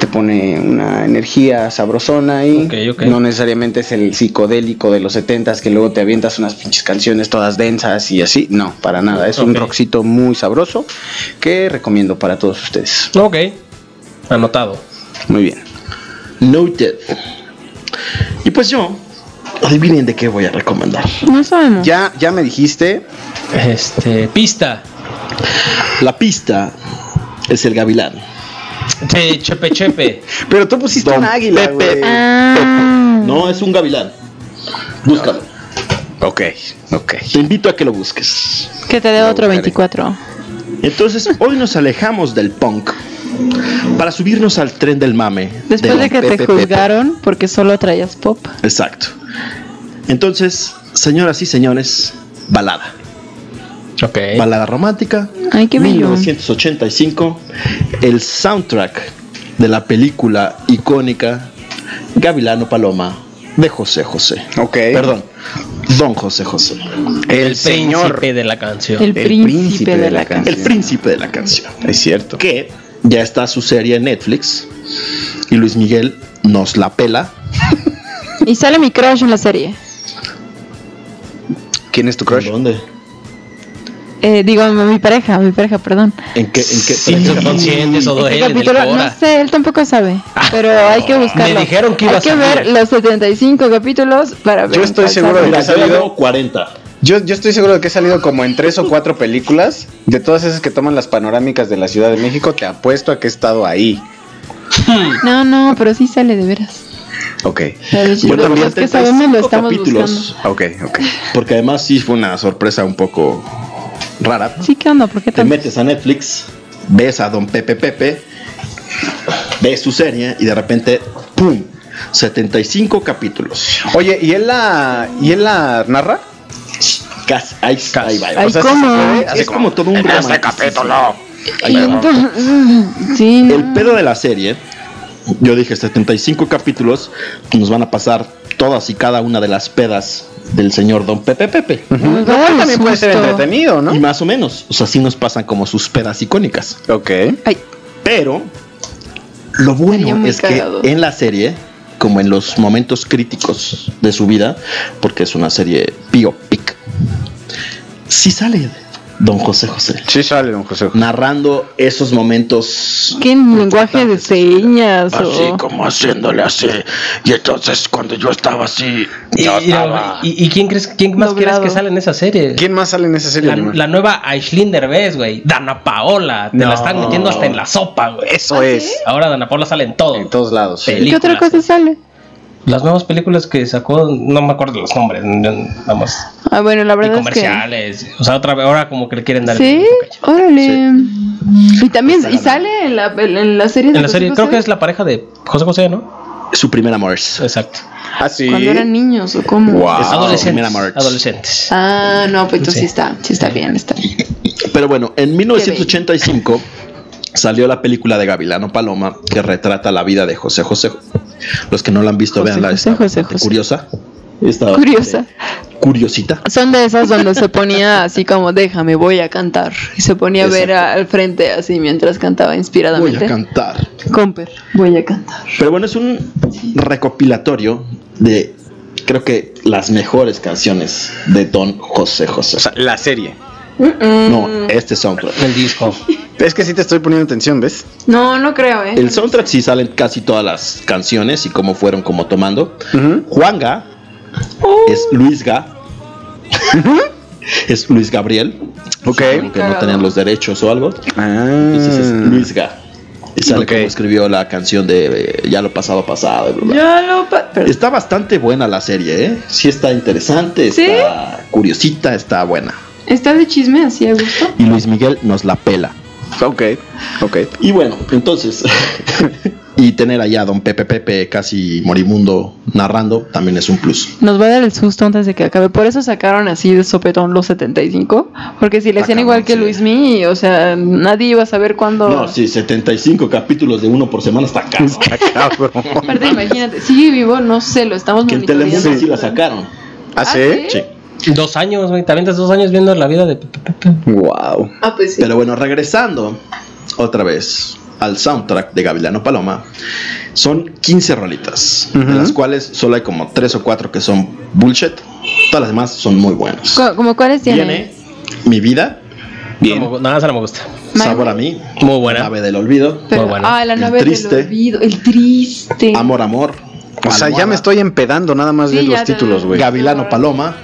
Speaker 5: te pone una energía sabrosona y
Speaker 2: Ok, ok.
Speaker 5: no necesariamente es el psicodélico de los 70s que luego te avientas unas pinches canciones todas densas y así, no, para nada, es un
Speaker 2: Ok.
Speaker 5: rockcito muy sabroso que recomiendo para todos ustedes.
Speaker 2: Ok. Anotado.
Speaker 5: Muy bien.
Speaker 1: Noted. Y pues yo, adivinen de qué voy a recomendar.
Speaker 4: no sabemos.
Speaker 5: Ya ya me dijiste,
Speaker 2: Este. Pista.
Speaker 1: La pista es el gavilán.
Speaker 2: Che, chepe, chepe.
Speaker 5: pero tú pusiste
Speaker 1: Don
Speaker 5: un águila,
Speaker 1: Pepe.
Speaker 5: güey.
Speaker 4: Ah,
Speaker 1: No, es un gavilán. Búscalo.
Speaker 5: Ok, ok.
Speaker 1: Te invito a que lo busques.
Speaker 4: que te dé
Speaker 5: Lo
Speaker 4: otro
Speaker 5: buscaré.
Speaker 4: 24.
Speaker 1: Entonces, hoy nos alejamos del punk para subirnos al tren del mame.
Speaker 4: Después de
Speaker 1: don
Speaker 4: que te
Speaker 1: Pepe
Speaker 4: juzgaron porque solo traías pop.
Speaker 1: Pepe. Exacto. Entonces, señoras y señores, balada.
Speaker 2: Ok.
Speaker 5: Eh.
Speaker 1: Balada romántica.
Speaker 4: Ay, qué bello. ¿eh?
Speaker 1: 1985. El soundtrack de la película icónica Gavilano Paloma de José José.
Speaker 5: Ok.
Speaker 1: Perdón, Don José José.
Speaker 5: El señor.
Speaker 2: príncipe de la canción.
Speaker 4: El príncipe de la canción.
Speaker 1: El príncipe de la canción.
Speaker 5: Es cierto.
Speaker 1: que ya está su serie en Netflix y Luis Miguel nos la pela.
Speaker 4: Y sale mi crush en la serie.
Speaker 5: ¿Quién es tu crush?
Speaker 1: ¿En ¿Dónde?
Speaker 4: Eh, digo, a mi pareja, a mi pareja, perdón.
Speaker 1: ¿En qué? ¿En qué?
Speaker 2: Sí, subconsciente, eso
Speaker 4: ¿En qué
Speaker 2: duele. en el
Speaker 4: Este capítulo? No
Speaker 2: Cora.
Speaker 4: sé, él tampoco sabe. Pero hay que buscarlo.
Speaker 2: Ah, me dijeron que iba
Speaker 4: Hay
Speaker 2: a
Speaker 4: que
Speaker 2: salir.
Speaker 4: ver los 75 capítulos para ver.
Speaker 5: Yo estoy
Speaker 4: cuál
Speaker 5: seguro de
Speaker 4: sale.
Speaker 1: Mira,
Speaker 5: ha salido-
Speaker 1: 40.
Speaker 5: Yo, yo estoy seguro de que he salido como en tres o cuatro películas. De todas esas que toman las panorámicas de la Ciudad de México, te apuesto a que he estado ahí.
Speaker 4: No, no, pero sí sale de veras.
Speaker 5: Ok,
Speaker 4: Pero
Speaker 1: Yo
Speaker 4: los
Speaker 1: también
Speaker 4: que sabemos lo
Speaker 1: 75
Speaker 4: estamos
Speaker 1: capítulos.
Speaker 4: buscando.
Speaker 5: ok, ok.
Speaker 1: Porque además sí fue una sorpresa un poco rara.
Speaker 4: Sí, ¿qué onda? ¿Por qué
Speaker 1: Te
Speaker 4: tan-
Speaker 1: metes a Netflix, ves a Don Pepe Pepe, ves su serie y de repente, ¡pum! 75 capítulos.
Speaker 5: Oye, ¿y él la, ¿y él la narra?
Speaker 1: Casi, ahí, ahí va.
Speaker 4: Ay,
Speaker 1: O sea,
Speaker 4: ¿cómo?
Speaker 1: es como todo un romanticismo.
Speaker 4: Y entonces- <laughs> Sí, no.
Speaker 1: El pedo de la serie, yo dije 75 capítulos, pues, nos van a pasar todas y cada una de las pedas del señor Don Pepe Pepe.
Speaker 4: Nos va a dar un
Speaker 5: También puede ser
Speaker 4: susto.
Speaker 5: entretenido,
Speaker 1: Y
Speaker 5: ¿no?
Speaker 1: más o menos, o sea, sí nos pasan como sus pedas icónicas.
Speaker 5: Ok.
Speaker 4: Ay,
Speaker 1: Pero lo
Speaker 4: Salió
Speaker 1: bueno
Speaker 4: muy
Speaker 1: es
Speaker 4: cagado.
Speaker 1: que en la serie, como en los momentos críticos de su vida, porque es una serie biopic, sí sale Don José José
Speaker 5: Sí sale, don José.
Speaker 1: narrando esos momentos
Speaker 4: qué lenguaje de
Speaker 2: Ah,
Speaker 4: señas.
Speaker 10: Así
Speaker 4: o-
Speaker 10: como haciéndole así. Y entonces cuando yo estaba así,
Speaker 2: Y,
Speaker 10: yo
Speaker 2: y-
Speaker 10: estaba.
Speaker 2: y- y quién crees, quién más
Speaker 4: Doblado.
Speaker 2: crees que sale en esa serie?
Speaker 5: ¿Quién más sale en esa serie?
Speaker 2: La,
Speaker 5: Lima?
Speaker 2: la nueva Aislinn Derbez, güey. Dana Paola. Te
Speaker 5: No.
Speaker 2: la están metiendo hasta en la sopa, güey.
Speaker 5: Eso
Speaker 4: Ah,
Speaker 5: es.
Speaker 2: Ahora Dana Paola sale en todo.
Speaker 5: En todos lados. sí.
Speaker 2: Peli-
Speaker 4: ¿Qué otra
Speaker 2: películas,
Speaker 4: cosa
Speaker 2: eh.
Speaker 4: sale?
Speaker 2: Las nuevas películas que sacó, no me acuerdo los nombres. no- Vamos.
Speaker 4: Ah, bueno, la
Speaker 2: Y
Speaker 4: verdad es que.
Speaker 2: comerciales. O sea, otra vez, ahora como que le quieren dar.
Speaker 4: Sí, órale. Y también y sale en la, en la serie de
Speaker 2: En la
Speaker 4: José
Speaker 2: serie, creo
Speaker 4: José,
Speaker 2: que es la pareja de José José, ¿no?
Speaker 1: su primer amor.
Speaker 2: Exacto.
Speaker 5: Ah, sí.
Speaker 4: Cuando eran niños o cómo.
Speaker 1: Ah,
Speaker 2: adolescentes.
Speaker 1: mira, March.
Speaker 2: Adolescentes.
Speaker 4: Ah, no, pues entonces sí.
Speaker 2: Sí.
Speaker 4: está, sí está bien, está bien.
Speaker 1: Pero bueno, en 1985 salió la película de Gavilano Paloma que retrata la vida de José José. Los que no la han visto,
Speaker 4: José
Speaker 1: veanla.
Speaker 4: José,
Speaker 1: está
Speaker 4: José
Speaker 1: bastante
Speaker 4: José.
Speaker 1: curiosa. Está bastante
Speaker 4: Curiosa.
Speaker 1: Curiosita.
Speaker 4: Son de esas donde se ponía así como, déjame, voy a cantar. Y se ponía a ver
Speaker 1: Exacto.
Speaker 4: al frente así mientras cantaba
Speaker 1: Voy a
Speaker 4: inspiradamente.
Speaker 1: cantar.
Speaker 4: Comper, voy a cantar.
Speaker 1: Pero bueno, es un recopilatorio de creo que las mejores canciones de Don José José.
Speaker 5: O sea, la serie.
Speaker 4: Mm.
Speaker 1: no, este soundtrack.
Speaker 2: El disco.
Speaker 5: Es que sí te estoy poniendo atención, ¿ves?
Speaker 4: No, no creo, ¿eh?
Speaker 1: El soundtrack sí salen casi todas las canciones y cómo fueron como tomando.
Speaker 5: Ujú.
Speaker 1: Juanga
Speaker 4: Oh.
Speaker 1: es Luis Ga. <laughs> es Luis Gabriel.
Speaker 5: Ok.
Speaker 1: Que no tenían los derechos o algo.
Speaker 5: Ah.
Speaker 1: Entonces es Luis Ga. Y sale
Speaker 5: Ok.
Speaker 1: como escribió la canción de eh, Ya lo pasado pasado. y bla, bla.
Speaker 4: Ya lo... pa- perdón.
Speaker 1: Está bastante buena la serie, ¿eh? Sí está interesante,
Speaker 4: ¿Sí?
Speaker 1: está curiosita, está buena.
Speaker 4: ¿Está de chisme así a gusto?
Speaker 1: Y Luis Miguel nos la pela.
Speaker 5: Ok, ok.
Speaker 1: Y bueno, entonces... <laughs> y tener allá a don Pepe Pepe casi moribundo narrando también es un plus.
Speaker 4: Nos va a dar el susto antes de que acabe. Por eso sacaron así de sopetón los 75. Porque si le hacían
Speaker 1: Ah,
Speaker 4: igual que
Speaker 1: sí.
Speaker 4: Luismi, o sea, nadie iba a saber cuándo.
Speaker 1: No, sí, 75 capítulos de uno por semana está caro.
Speaker 4: Aparte, imagínate, sigue vivo, no sé, lo estamos
Speaker 1: Que en
Speaker 4: monitoreando.
Speaker 1: Telemundo sí la sacaron.
Speaker 5: ¿Ah, sí?
Speaker 1: Sí.
Speaker 2: Dos años, güey. También estás dos años viendo la vida de Pepe Pepe.
Speaker 5: Wow.
Speaker 4: Ah, pues sí.
Speaker 1: Pero bueno, regresando otra vez al soundtrack de Gavilano Paloma, son 15 rolitas, de
Speaker 5: Ujú.
Speaker 1: las cuales solo hay como 3 o 4 que son bullshit, todas las demás son muy buenas.
Speaker 4: Co- ¿Como cuáles tiene?
Speaker 1: Viene Mi Vida,
Speaker 2: No me gu- Nada, esa no me gusta.
Speaker 4: My-
Speaker 1: Sabor a mí,
Speaker 2: Muy buena.
Speaker 1: Ave del Olvido,
Speaker 4: Pero-
Speaker 2: Muy buena.
Speaker 4: Ah, la
Speaker 1: El
Speaker 4: nave del
Speaker 1: triste.
Speaker 4: olvido. El triste.
Speaker 1: Amor Amor, Pues,
Speaker 5: O sea, ya me estoy empedando nada más
Speaker 4: Sí,
Speaker 5: de los
Speaker 4: ya te-
Speaker 5: títulos, güey.
Speaker 1: Gavilano Paloma,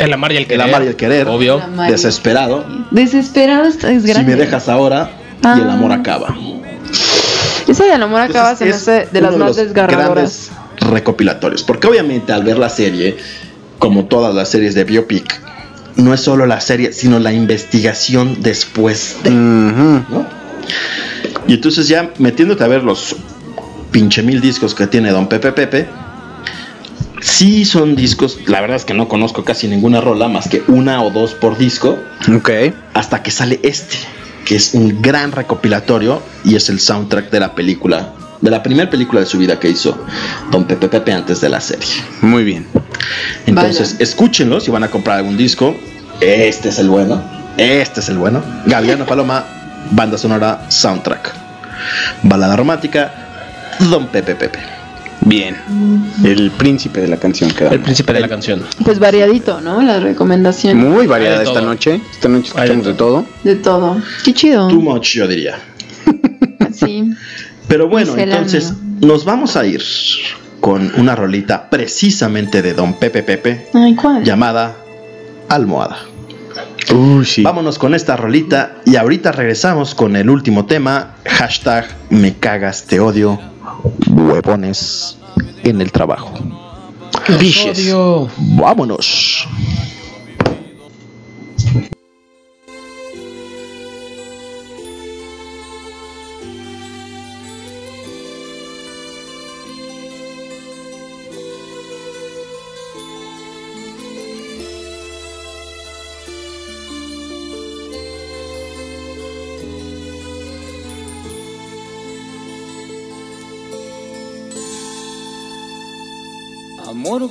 Speaker 2: El amar y el
Speaker 1: El
Speaker 2: querer.
Speaker 1: amar y el querer.
Speaker 2: Obvio.
Speaker 4: La Mari.
Speaker 1: Desesperado,
Speaker 4: Desesperado es es
Speaker 1: Si
Speaker 4: grande.
Speaker 1: me dejas ahora y el amor
Speaker 4: Ah.
Speaker 1: acaba.
Speaker 4: Esa de amor acaba se me
Speaker 1: Entonces,
Speaker 4: hace
Speaker 1: es
Speaker 4: este de las
Speaker 1: uno
Speaker 4: más
Speaker 1: los
Speaker 4: desgarradoras.
Speaker 1: grandes Recopilatorios. Porque obviamente al ver la serie, como todas las series de Biopic, no es solo la serie, sino la investigación después de.
Speaker 5: Ujú.
Speaker 1: ¿no? Y entonces ya metiéndote a ver los pinche mil discos que tiene Don Pepe Pepe. Sí son discos, la verdad es que no conozco casi ninguna rola más que una o dos por disco,
Speaker 5: Ok.
Speaker 1: hasta que sale este, que es un gran recopilatorio y es el soundtrack de la película, de la primera película de su vida que hizo Don Pepe Pepe antes de la serie.
Speaker 5: Muy bien.
Speaker 1: Entonces,
Speaker 4: Vaya.
Speaker 1: escúchenlo si van a comprar algún disco. Este es el bueno, este es el bueno. Gaviano Paloma, banda sonora, soundtrack. Balada romántica, Don Pepe Pepe.
Speaker 5: Bien. El príncipe de la canción queda.
Speaker 2: El príncipe de la canción.
Speaker 4: Pues variadito, ¿no? La recomendación
Speaker 5: Muy
Speaker 2: Hay
Speaker 5: variada
Speaker 2: de
Speaker 5: esta
Speaker 2: todo.
Speaker 5: noche. Esta noche
Speaker 2: Hay de
Speaker 5: escuchamos de todo.
Speaker 4: de todo. Qué chido.
Speaker 1: Too much, yo diría.
Speaker 4: Sí.
Speaker 1: Pero bueno,
Speaker 4: Misceláneo.
Speaker 1: entonces nos vamos a ir con una rolita precisamente de Don Pepe Pepe
Speaker 4: Ay, ¿cuál?
Speaker 1: llamada Almohada.
Speaker 5: Uy, sí.
Speaker 1: Vámonos con esta rolita y ahorita regresamos con el último tema, hashtag me cagas, te odio, huevones en el trabajo.
Speaker 5: Biches.
Speaker 1: Vámonos.
Speaker 8: Amor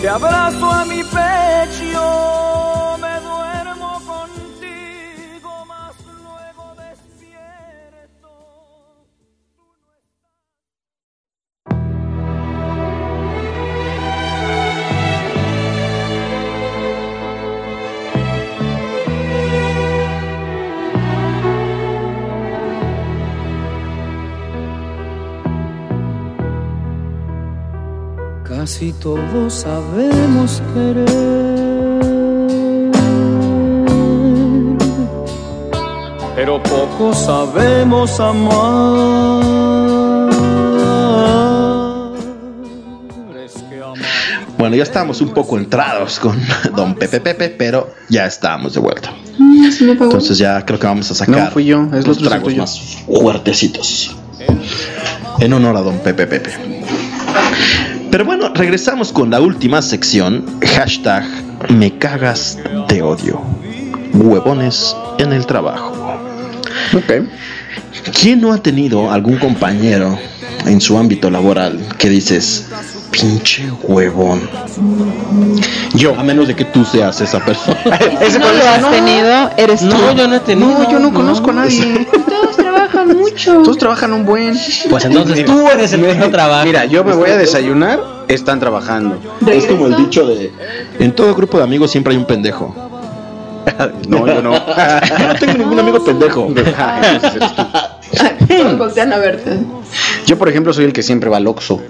Speaker 8: te abrazo a mi pecho. me duermo contigo, mas luego despierto. Casi todos sabemos querer, pero pocos sabemos amar. Es que amar
Speaker 1: Bueno, ya estábamos un poco entrados con <laughs> Don Pepe Pepe, pero ya estábamos de vuelta.
Speaker 4: Mm, se me apagó.
Speaker 1: Entonces ya creo que vamos a sacar
Speaker 5: No, fui yo, es lo
Speaker 1: los
Speaker 5: tuyo,
Speaker 1: tragos
Speaker 5: tuyo.
Speaker 1: más fuertecitos. En honor a don Pepe Pepe. Pero bueno, regresamos con la última sección. Hashtag me cagas de odio. Huevones en el trabajo.
Speaker 5: Ok.
Speaker 1: ¿Quién no ha tenido algún compañero en su ámbito laboral que dices, pinche huevón? Yo, a menos de que tú seas esa <laughs> persona.
Speaker 4: Si no lo has tenido, eres tú.
Speaker 2: No, yo no he tenido.
Speaker 5: No, yo no, conozco
Speaker 4: <laughs>
Speaker 5: a nadie.
Speaker 4: Todos trabajan mucho. <laughs>
Speaker 5: Todos trabajan un buen.
Speaker 2: Pues entonces tú eres el que no trabaja.
Speaker 5: Eh, Mira, yo me voy a desayunar, están trabajando.
Speaker 1: Es como el dicho de, en todo grupo de amigos siempre hay un pendejo.
Speaker 5: No, yo
Speaker 1: <laughs>
Speaker 5: no.
Speaker 1: No tengo ningún amigo pendejo.
Speaker 5: <laughs> Ah, entonces eres tú.
Speaker 4: Todos voltean a verte.
Speaker 5: Yo, por ejemplo, soy el que siempre va al Oxxo.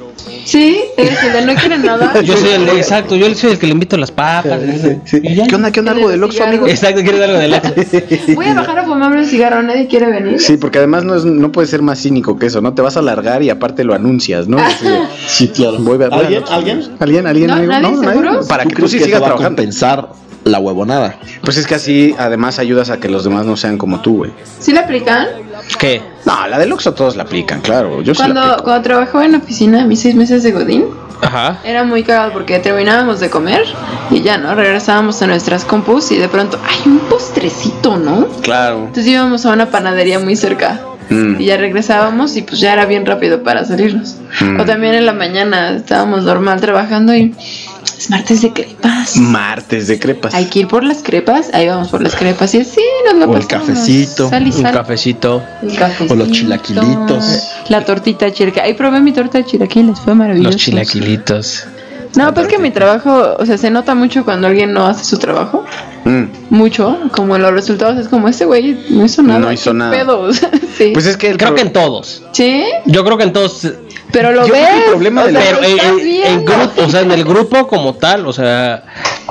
Speaker 4: Sí, eres el de no quiere nada.
Speaker 2: <laughs> Yo soy el, exacto, yo soy el que le invito las papas.
Speaker 5: Sí.
Speaker 2: y ya.
Speaker 5: ¿Qué onda? ¿Qué onda? ¿Algo del Oxxo, amigo?
Speaker 2: Exacto, quieres algo de la.
Speaker 4: Voy a bajar a fumarme un cigarro, nadie quiere venir.
Speaker 5: Sí, porque además no, es, no puede ser más cínico que eso, ¿no? Te vas a alargar y aparte lo anuncias, ¿no? Así
Speaker 2: <laughs>
Speaker 5: de,
Speaker 1: Sí, claro.
Speaker 5: Voy a- voy a-
Speaker 1: ¿Alguien? ¿Alguien?
Speaker 5: ¿Alguien? ¿Alguien?
Speaker 4: No,
Speaker 5: amigo?
Speaker 4: ¿nadie seguro?
Speaker 5: Para que tú
Speaker 1: crees
Speaker 5: sí
Speaker 1: que
Speaker 5: sigas
Speaker 1: eso va a
Speaker 5: trabajando.
Speaker 1: compensar la huevonada?
Speaker 5: Pues es que así además ayudas a que los demás no sean como tú, güey.
Speaker 4: ¿Sí la aplican?
Speaker 2: ¿Qué?
Speaker 5: No, la del Oxxo todos la aplican, claro. Yo sí la
Speaker 4: Cuando,
Speaker 5: aplico.
Speaker 4: cuando trabajaba en la oficina, mis seis meses de Godín,
Speaker 2: Ajá.
Speaker 4: Era muy cagado porque terminábamos de comer y ya, ¿no? Regresábamos a nuestras compus y de pronto, hay un postrecito, ¿no?
Speaker 5: Claro.
Speaker 4: Entonces íbamos a una panadería muy cerca
Speaker 5: Mm.
Speaker 4: y ya regresábamos y pues ya era bien rápido para salirnos.
Speaker 5: Mm.
Speaker 4: O también en la mañana estábamos normal trabajando y es martes de crepas.
Speaker 5: Martes de crepas.
Speaker 4: Hay que ir por las crepas, ahí vamos por las crepas y así nos lo
Speaker 1: O el
Speaker 4: pasamos.
Speaker 1: cafecito,
Speaker 4: Sal y
Speaker 2: Un
Speaker 4: sal.
Speaker 2: cafecito.
Speaker 4: El cafecito,
Speaker 1: O los chilaquilitos.
Speaker 4: La tortita chirca. Ahí probé mi torta de chilaquiles, fue maravilloso.
Speaker 2: Los chilaquilitos.
Speaker 4: No, pues que mi trabajo, o sea, se nota mucho cuando alguien no hace su trabajo.
Speaker 5: Mm.
Speaker 4: Mucho, como en los resultados es como, este güey no hizo nada.
Speaker 5: No hizo
Speaker 4: ¿qué
Speaker 5: nada.
Speaker 4: pedo?" <laughs> O sea, sí.
Speaker 5: Pues es que el
Speaker 2: Creo
Speaker 5: pro-
Speaker 2: que en todos.
Speaker 4: sí,
Speaker 2: Yo creo que en todos.
Speaker 4: pero lo
Speaker 5: Yo creo
Speaker 4: ves.
Speaker 5: que el problema
Speaker 4: o
Speaker 5: de
Speaker 4: sea,
Speaker 5: la- eh,
Speaker 2: Pero
Speaker 4: lo
Speaker 2: en,
Speaker 4: estás
Speaker 2: en- en
Speaker 4: viendo.
Speaker 2: grupo, o sea, en el grupo como tal, o sea,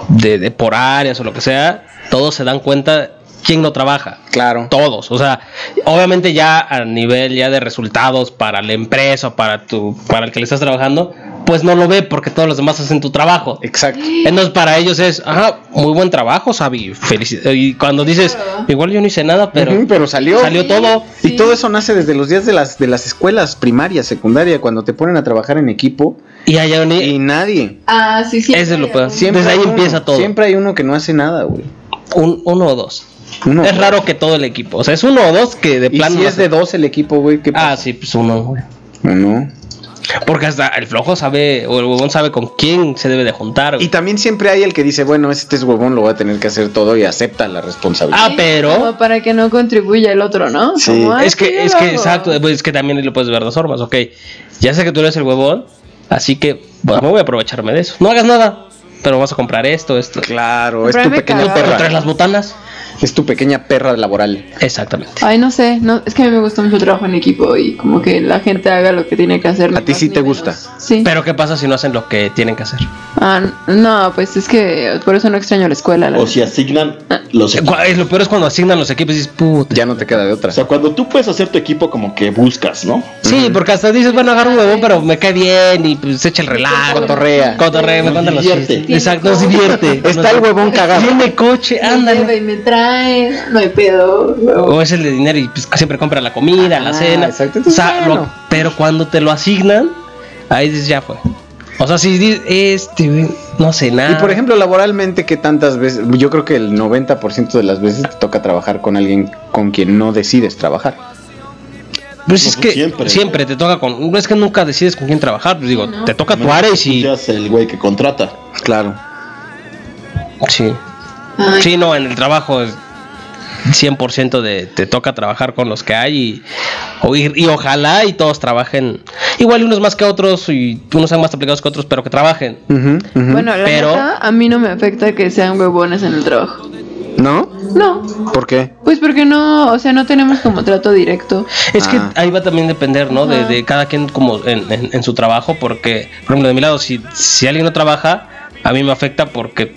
Speaker 2: de, de por áreas o lo que sea, todos se dan cuenta quién no trabaja.
Speaker 5: Claro.
Speaker 2: Todos, o sea, obviamente ya a nivel ya de resultados para la empresa, para tu, para el que le estás trabajando, pues no lo ve porque todos los demás hacen tu trabajo.
Speaker 5: Exacto.
Speaker 2: Entonces para ellos es, ajá, muy buen trabajo, Sabi, felicidades. Y cuando dices, igual yo no hice nada, pero
Speaker 5: Ujú, pero salió.
Speaker 2: salió todo.
Speaker 4: Sí.
Speaker 5: Y todo eso nace desde los días de las de las escuelas primaria, secundaria, cuando te ponen a trabajar en equipo
Speaker 2: Y allá ni-
Speaker 5: y nadie.
Speaker 4: Ah, sí, sí.
Speaker 2: Ese es lo peor.
Speaker 5: Siempre
Speaker 2: Desde ahí
Speaker 5: hay uno,
Speaker 2: empieza todo.
Speaker 5: Siempre hay uno que no hace nada, güey.
Speaker 2: un- uno o dos.
Speaker 5: Uno.
Speaker 2: Es raro que todo el equipo, o sea, es uno o dos que de
Speaker 5: Y
Speaker 2: plano.
Speaker 5: si
Speaker 2: no
Speaker 5: es de
Speaker 2: hacen-
Speaker 5: dos el equipo, güey, ¿qué
Speaker 2: Ah,
Speaker 5: pasa?
Speaker 2: sí, pues uno, güey.
Speaker 5: No.
Speaker 2: Porque hasta el flojo sabe, o el huevón sabe con quién se debe de juntar. güey.
Speaker 5: Y también siempre hay el que dice, bueno, este es huevón, lo voy a tener que hacer todo y acepta la responsabilidad.
Speaker 2: Ah, pero.
Speaker 4: Como para que no contribuya el otro, ¿no?
Speaker 5: Sí.
Speaker 4: Como, "Ay,
Speaker 2: Es
Speaker 4: sí, yo
Speaker 2: que, es
Speaker 4: lo
Speaker 2: que,
Speaker 4: hago".
Speaker 2: exacto, pues, es que también lo puedes ver dos formas, ok. Ya sé que tú eres el huevón, así que bueno, me voy a aprovecharme de eso. No hagas nada, pero vas a comprar esto, esto.
Speaker 5: Claro, es tu
Speaker 4: Comprarme
Speaker 5: pequeña
Speaker 4: cagado.
Speaker 2: Pero traes
Speaker 5: perra.
Speaker 2: las botanas.
Speaker 5: Es tu pequeña perra laboral.
Speaker 2: Exactamente.
Speaker 4: Ay, no sé, no, es que a mí me gusta mucho el trabajo en equipo y como que la gente haga lo que tiene que hacer. ni
Speaker 5: A ti
Speaker 4: más
Speaker 5: sí
Speaker 4: ni
Speaker 5: te
Speaker 4: menos.
Speaker 5: gusta.
Speaker 4: Sí.
Speaker 2: Pero ¿qué pasa si no hacen lo que tienen que hacer?
Speaker 4: Ah, no, pues es que por eso no extraño la escuela. la
Speaker 1: O si asignan los equipos.
Speaker 2: Cu- es Lo peor es cuando asignan los equipos y dices, puta.
Speaker 5: Ya no te queda de otra.
Speaker 1: O sea, cuando tú puedes hacer tu equipo como que buscas, ¿no?
Speaker 2: Sí, porque hasta dices, bueno, agarro un huevón, pero me cae bien y pues, se echa el relajo.
Speaker 5: Cotorrea.
Speaker 2: Cotorrea, me
Speaker 1: Nos
Speaker 2: cuentan los
Speaker 1: divierte.
Speaker 2: chistes.
Speaker 4: Tiene
Speaker 2: Exacto, nos
Speaker 4: coche.
Speaker 2: divierte.
Speaker 5: Está el huevón cagado.
Speaker 2: Tiene coche, ándale.
Speaker 4: y me trae, no hay pedo.
Speaker 2: O es el de dinero y pues, siempre compra la comida, la
Speaker 5: Ah,
Speaker 2: cena.
Speaker 5: exacto,
Speaker 2: O sea,
Speaker 5: bueno.
Speaker 2: lo- pero cuando te lo asignan, ahí dices, ya fue. O sea, si dices, este, güey, no sé nada.
Speaker 5: Y por ejemplo, laboralmente, ¿qué tantas veces? Yo creo que el 90% de las veces te toca trabajar con alguien con quien no decides trabajar.
Speaker 2: pues es
Speaker 1: no,
Speaker 2: que siempre.
Speaker 1: siempre.
Speaker 2: te toca con. no Es que nunca decides con quién trabajar. Pues digo, te toca tu área y si.
Speaker 1: Tú seas el güey que contrata.
Speaker 5: Claro.
Speaker 2: Sí.
Speaker 4: Ay.
Speaker 2: Sí, no, en el trabajo es 100% de te toca trabajar con los que hay y, o ir- y ojalá y todos trabajen. Igual unos más que otros y unos sean más aplicados que otros, pero que trabajen.
Speaker 4: Bueno, la
Speaker 2: Pero-
Speaker 4: neta, a mí no me afecta que sean huevones en el trabajo.
Speaker 5: ¿No?
Speaker 4: No,
Speaker 5: ¿Por qué?
Speaker 4: pues porque no, o sea, no tenemos como trato directo.
Speaker 2: Es
Speaker 5: Ah.
Speaker 2: que ahí va también a depender, ¿no? De,
Speaker 4: Ajá.
Speaker 2: de cada quien como en, en- en su trabajo, porque, por ejemplo, de mi lado, si, si alguien no trabaja, a mí me afecta porque,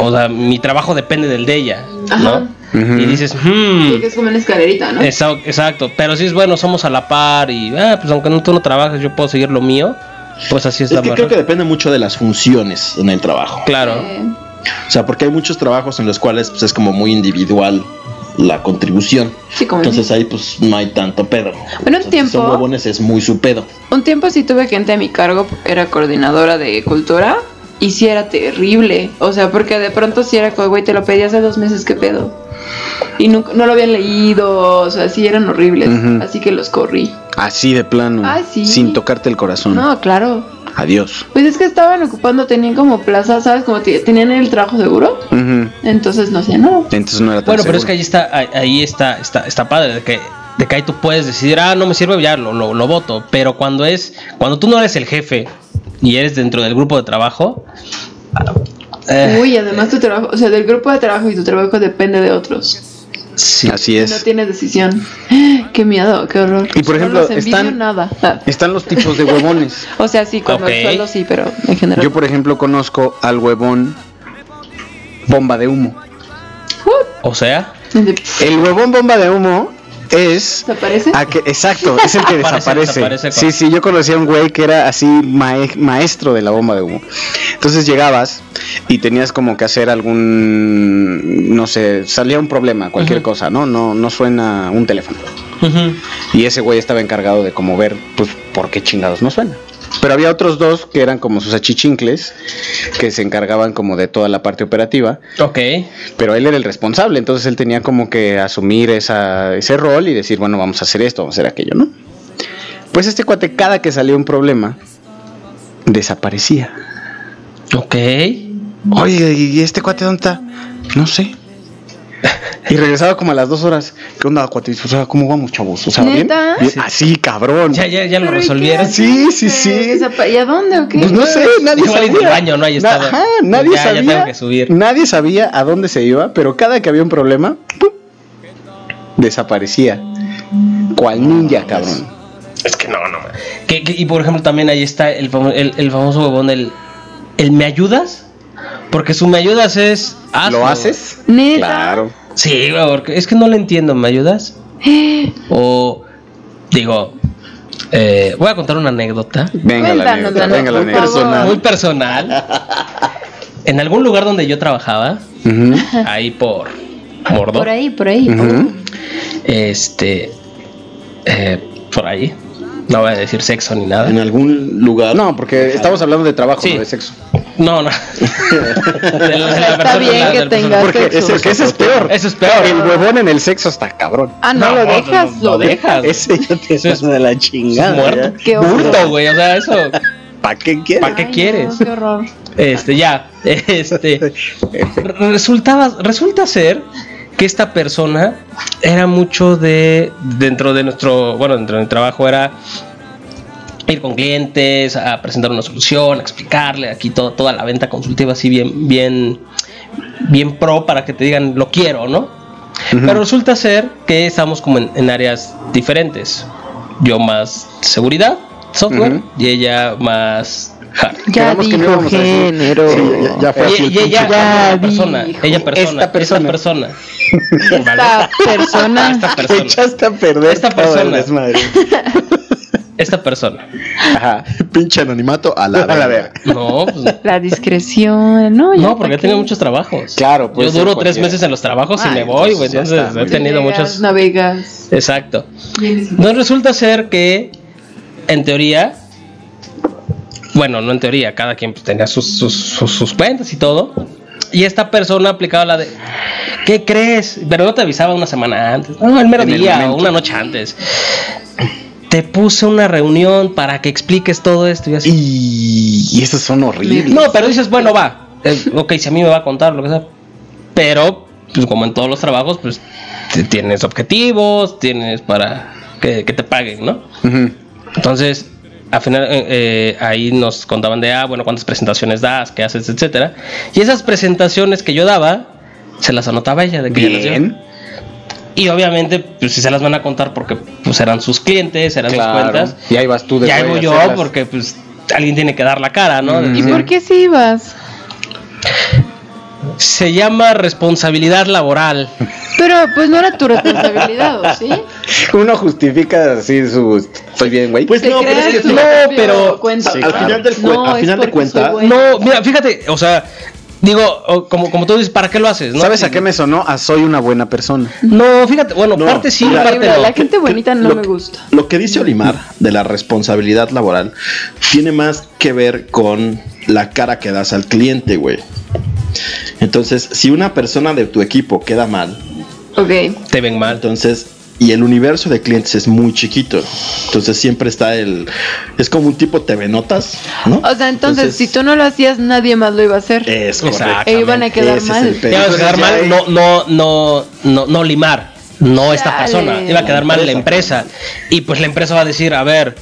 Speaker 2: o sea, mi trabajo depende del de ella,
Speaker 4: Ajá.
Speaker 2: ¿no?
Speaker 1: Mm.
Speaker 2: Y dices, hmm,
Speaker 4: Porque es como una escalerita, ¿no?
Speaker 2: Esa- Exacto, pero si es bueno, somos a la par y ah, pues aunque no, tú no trabajes, yo puedo seguir lo mío. Pues así es
Speaker 1: Es
Speaker 2: la
Speaker 1: que
Speaker 2: verdad.
Speaker 1: creo que depende mucho de las funciones en el trabajo.
Speaker 2: Claro,
Speaker 4: Eh,
Speaker 1: O sea, porque hay muchos trabajos en los cuales pues, es como muy individual la contribución.
Speaker 4: sí, como
Speaker 1: Entonces ahí pues no hay tanto pedo.
Speaker 4: Bueno, un
Speaker 1: Entonces,
Speaker 4: tiempo-
Speaker 1: Son huevones, es muy su pedo.
Speaker 4: Un tiempo sí tuve gente a mi cargo, era coordinadora de cultura y sí era terrible. O sea, porque de pronto sí era como, güey, te lo pedí hace dos meses, ¿qué pedo? Y nunca- no, lo habían leído, o sea, sí eran horribles.
Speaker 5: Ujú.
Speaker 4: Así que los corrí.
Speaker 5: Así de plano.
Speaker 4: Ah, sí.
Speaker 5: Sin tocarte el corazón.
Speaker 4: No, claro.
Speaker 5: Adiós.
Speaker 4: Pues es que estaban ocupando, tenían como plazas, ¿sabes? Como te- tenían el trabajo seguro.
Speaker 5: Ujú.
Speaker 4: Entonces no sé, no.
Speaker 5: Entonces no era tan
Speaker 2: bueno, pero es que
Speaker 5: seguro.
Speaker 2: ahí está, ahí- ahí está, está, está padre de que, de que ahí tú puedes decidir, ah, no me sirve, ya lo, lo, lo voto. Pero cuando es, cuando tú no eres el jefe y eres dentro del grupo de trabajo, eh, ah, eh,
Speaker 4: Uy, además tu trabajo, o sea, del grupo de trabajo y tu trabajo depende de otros.
Speaker 1: Sí.
Speaker 5: Así
Speaker 4: No
Speaker 5: es.
Speaker 4: tienes decisión. <gasps> Qué miedo, qué horror.
Speaker 5: Y,
Speaker 4: No
Speaker 5: por ejemplo,
Speaker 4: los envidio
Speaker 5: están-
Speaker 4: nada. Ah,
Speaker 5: Están los tipos de huevones.
Speaker 4: O sea, sí, cuando
Speaker 2: Ok.
Speaker 4: el sueldo sí, pero en general.
Speaker 5: <laughs> Yo, por ejemplo, conozco al huevón bomba de humo.
Speaker 4: Uh,
Speaker 2: O sea,
Speaker 4: De-
Speaker 5: El huevón bomba de humo es
Speaker 4: ¿Desaparece?
Speaker 5: a Ah, que- exacto, es el que
Speaker 2: Desaparece,
Speaker 5: desaparece.
Speaker 2: desaparece con-
Speaker 5: Sí, sí, yo conocía a un güey que era así mae- maestro de la bomba de humo. Entonces llegabas y tenías como que hacer algún, no sé, salía un problema, cualquier
Speaker 2: Ujú.
Speaker 5: cosa, ¿no? No, no suena un teléfono. Y ese güey estaba encargado de como ver, pues, por qué chingados no suena. Pero había otros dos que eran como sus achichincles, que se encargaban como de toda la parte operativa,
Speaker 2: ok.
Speaker 5: pero él era el responsable, entonces él tenía como que asumir esa, ese rol y decir, bueno, vamos a hacer esto, vamos a hacer aquello, ¿no? Pues este cuate cada que salía un problema, desaparecía.
Speaker 2: Ok.
Speaker 5: Oye, ¿y este cuate dónde está? No sé. Y regresaba como a las dos horas. ¿Qué onda, cuate? O sea, ¿cómo vamos, chavos? O sea, ¿bien?
Speaker 4: ¿Neta?
Speaker 5: Bien, Así, cabrón.
Speaker 2: Ya, ya, ya lo
Speaker 4: ¿Pero y qué
Speaker 2: resolvieron.
Speaker 4: haces?
Speaker 5: Sí, sí, sí.
Speaker 4: Desapa- ¿Y a dónde o qué?
Speaker 5: Pues no sé, nadie
Speaker 2: Igual y
Speaker 5: sabía.
Speaker 2: del baño no haya
Speaker 5: Na-
Speaker 2: estado.
Speaker 5: Ajá, nadie
Speaker 2: Ya, ya
Speaker 5: sabía.
Speaker 2: tengo que subir.
Speaker 5: Nadie sabía a dónde se iba, pero cada que había un problema, ¡pum! desaparecía. Cual ninja, cabrón.
Speaker 2: Es que no, no. man. Que- que- y por ejemplo, también ahí está el, famo- el, el famoso huevón del. ¿El me ayudas? Porque su me ayudas es. hazlo.
Speaker 5: ¿Lo haces?
Speaker 4: Neta.
Speaker 5: Claro.
Speaker 2: Sí, güey, porque es que no lo entiendo.
Speaker 4: <gasps>
Speaker 2: ¿Me ayudas? O. Digo. eh, voy a contar una anécdota.
Speaker 5: Venga la
Speaker 4: Cuéntanos,
Speaker 5: anécdota,
Speaker 4: Dano,
Speaker 5: venga la
Speaker 4: por
Speaker 5: anécdota.
Speaker 2: Muy personal. En algún lugar donde yo trabajaba,
Speaker 5: Ujú,
Speaker 2: ahí por Mordo,
Speaker 4: Por ahí, por ahí.
Speaker 5: ujú.
Speaker 2: este, eh, por ahí, no voy a decir sexo ni nada.
Speaker 1: En algún lugar.
Speaker 5: No, porque estamos hablando de trabajo,
Speaker 2: Sí.
Speaker 5: no de sexo.
Speaker 4: <laughs>
Speaker 2: No, no. De la-
Speaker 4: O
Speaker 2: de
Speaker 4: sea,
Speaker 2: la
Speaker 4: está
Speaker 2: persona,
Speaker 4: bien
Speaker 2: de
Speaker 4: que
Speaker 2: la persona.
Speaker 4: tengas
Speaker 5: Porque
Speaker 4: sexo.
Speaker 5: ese, porque ese es peor.
Speaker 2: Eso es peor.
Speaker 5: El huevón en el sexo está cabrón.
Speaker 4: Ah, no, lo dejas.
Speaker 2: Lo, dejas. Es
Speaker 5: Ese ya te
Speaker 2: Eso es-
Speaker 5: pasa de la chingada.
Speaker 2: muerto.
Speaker 4: Qué horror.
Speaker 2: Burto, güey. O sea, eso.
Speaker 5: ¿Para qué quieres?
Speaker 2: ¿Para qué
Speaker 4: Ay, no,
Speaker 2: quieres?
Speaker 4: qué horror.
Speaker 2: Este, ya. <laughs> Este. Resultaba, resulta ser que esta persona era mucho de. Dentro de nuestro. Bueno, dentro del trabajo era. Ir con clientes, a presentar una solución, a explicarle aquí todo, toda la venta consultiva así bien, bien, bien pro para que te digan lo quiero, ¿no? Pero resulta ser que estamos como en, en áreas diferentes. Yo más seguridad, software,
Speaker 5: Ujú.
Speaker 2: y ella más hard.
Speaker 4: Ya
Speaker 5: Quedamos que no
Speaker 4: dijo
Speaker 5: íbamos a decir.
Speaker 4: género.
Speaker 5: Sí, ya- ya- ya fue
Speaker 2: Y-
Speaker 5: así el
Speaker 2: y ella,
Speaker 5: pinche-
Speaker 4: Ya
Speaker 2: ella persona,
Speaker 4: dijo.
Speaker 2: ella persona,
Speaker 5: Esta persona.
Speaker 2: esta
Speaker 4: Esta persona.
Speaker 2: persona, <laughs> esta
Speaker 5: Te
Speaker 2: persona,
Speaker 5: echaste a perder
Speaker 2: Esta
Speaker 5: todo el
Speaker 2: persona.
Speaker 5: desmadre.
Speaker 2: esta persona.
Speaker 5: Ajá.
Speaker 1: Pinche anonimato a la
Speaker 5: A la verga.
Speaker 2: No, pues,
Speaker 4: La discreción. No, ya
Speaker 2: no, porque he
Speaker 4: tiene
Speaker 2: tenido muchos trabajos.
Speaker 5: Claro, puede
Speaker 2: Yo
Speaker 5: ser
Speaker 2: duro tres
Speaker 5: cualquiera.
Speaker 2: meses en los trabajos
Speaker 5: Ah,
Speaker 2: y me voy, güey.
Speaker 5: entonces ya
Speaker 2: Entonces
Speaker 5: está,
Speaker 2: he tenido muchas.
Speaker 4: Navegas.
Speaker 2: Exacto. No resulta ser que, en teoría, bueno, no en teoría, cada quien pues, tenía sus, sus, sus- sus cuentas y todo. Y esta persona aplicaba la de, ¿qué crees? Pero no te avisaba una semana antes, no, el mero
Speaker 5: En el
Speaker 2: día o
Speaker 5: momento.
Speaker 2: una noche antes. Te puse una reunión para que expliques todo esto y así.
Speaker 5: Y, y esos son horribles.
Speaker 2: No, pero dices, bueno, va. Eh, ok, si a mí me va a contar lo que sea. Pero, pues como en todos los trabajos, pues t- tienes objetivos, tienes para que, que te paguen, ¿no?
Speaker 5: Ujú.
Speaker 2: Entonces, al final eh, eh, ahí nos contaban de, ah, bueno, cuántas presentaciones das, qué haces, etcétera. Y esas presentaciones que yo daba, se las anotaba ella de que ya las dio.
Speaker 5: Bien.
Speaker 2: Y obviamente, pues si se las van a contar porque pues eran sus clientes, eran sus
Speaker 5: Claro.
Speaker 2: cuentas.
Speaker 5: Y ahí vas tú de
Speaker 2: Ya
Speaker 5: güey
Speaker 2: hago
Speaker 5: a
Speaker 2: yo
Speaker 5: hacerlas.
Speaker 2: porque pues alguien tiene que dar la cara, ¿no?
Speaker 4: ¿Y
Speaker 2: Decir,
Speaker 4: por qué sí ibas?
Speaker 2: Se llama responsabilidad laboral.
Speaker 4: Pero pues no era tu responsabilidad, ¿o sí?
Speaker 5: Uno justifica así su. Estoy bien, güey.
Speaker 1: Pues
Speaker 4: Te
Speaker 1: no, pero es
Speaker 4: creas
Speaker 1: que
Speaker 4: tu
Speaker 1: sí.
Speaker 2: No,
Speaker 4: propio
Speaker 2: pero-
Speaker 4: cuento.
Speaker 1: Sí, al final del cuen- al
Speaker 4: es
Speaker 1: final de
Speaker 4: porque soy
Speaker 1: cuenta-
Speaker 4: bueno.
Speaker 2: No, mira, fíjate, o sea, digo, o como, como tú dices, ¿para qué lo haces? No,
Speaker 5: ¿Sabes a qué me sonó? A soy una buena persona.
Speaker 2: No, fíjate, bueno,
Speaker 1: No,
Speaker 2: parte sí,
Speaker 1: mira,
Speaker 2: parte
Speaker 4: Horrible,
Speaker 2: no.
Speaker 4: La gente bonita no
Speaker 1: lo
Speaker 4: me
Speaker 1: que-
Speaker 4: gusta.
Speaker 1: Lo que dice Olimar de la responsabilidad laboral tiene más que ver con la cara que das al cliente, güey. Entonces, si una persona de tu equipo queda mal,
Speaker 4: Ok.
Speaker 2: Te ven mal.
Speaker 1: entonces y el universo de clientes es muy chiquito. Entonces siempre está el es como un tipo TV notas, ¿no?
Speaker 4: O sea, entonces, si tú no lo hacías, nadie más lo iba a hacer.
Speaker 1: es correcto.
Speaker 2: Exacto.
Speaker 4: e iban a quedar
Speaker 1: Ese es
Speaker 4: mal.
Speaker 1: el pedo.
Speaker 2: Ya vas a quedar
Speaker 1: Entonces, ya
Speaker 2: mal,
Speaker 1: hay-
Speaker 2: no, no, no, no, no limar. No esta
Speaker 4: Chale.
Speaker 2: persona, iba a quedar mal la empresa. Y pues la empresa va a decir, a ver,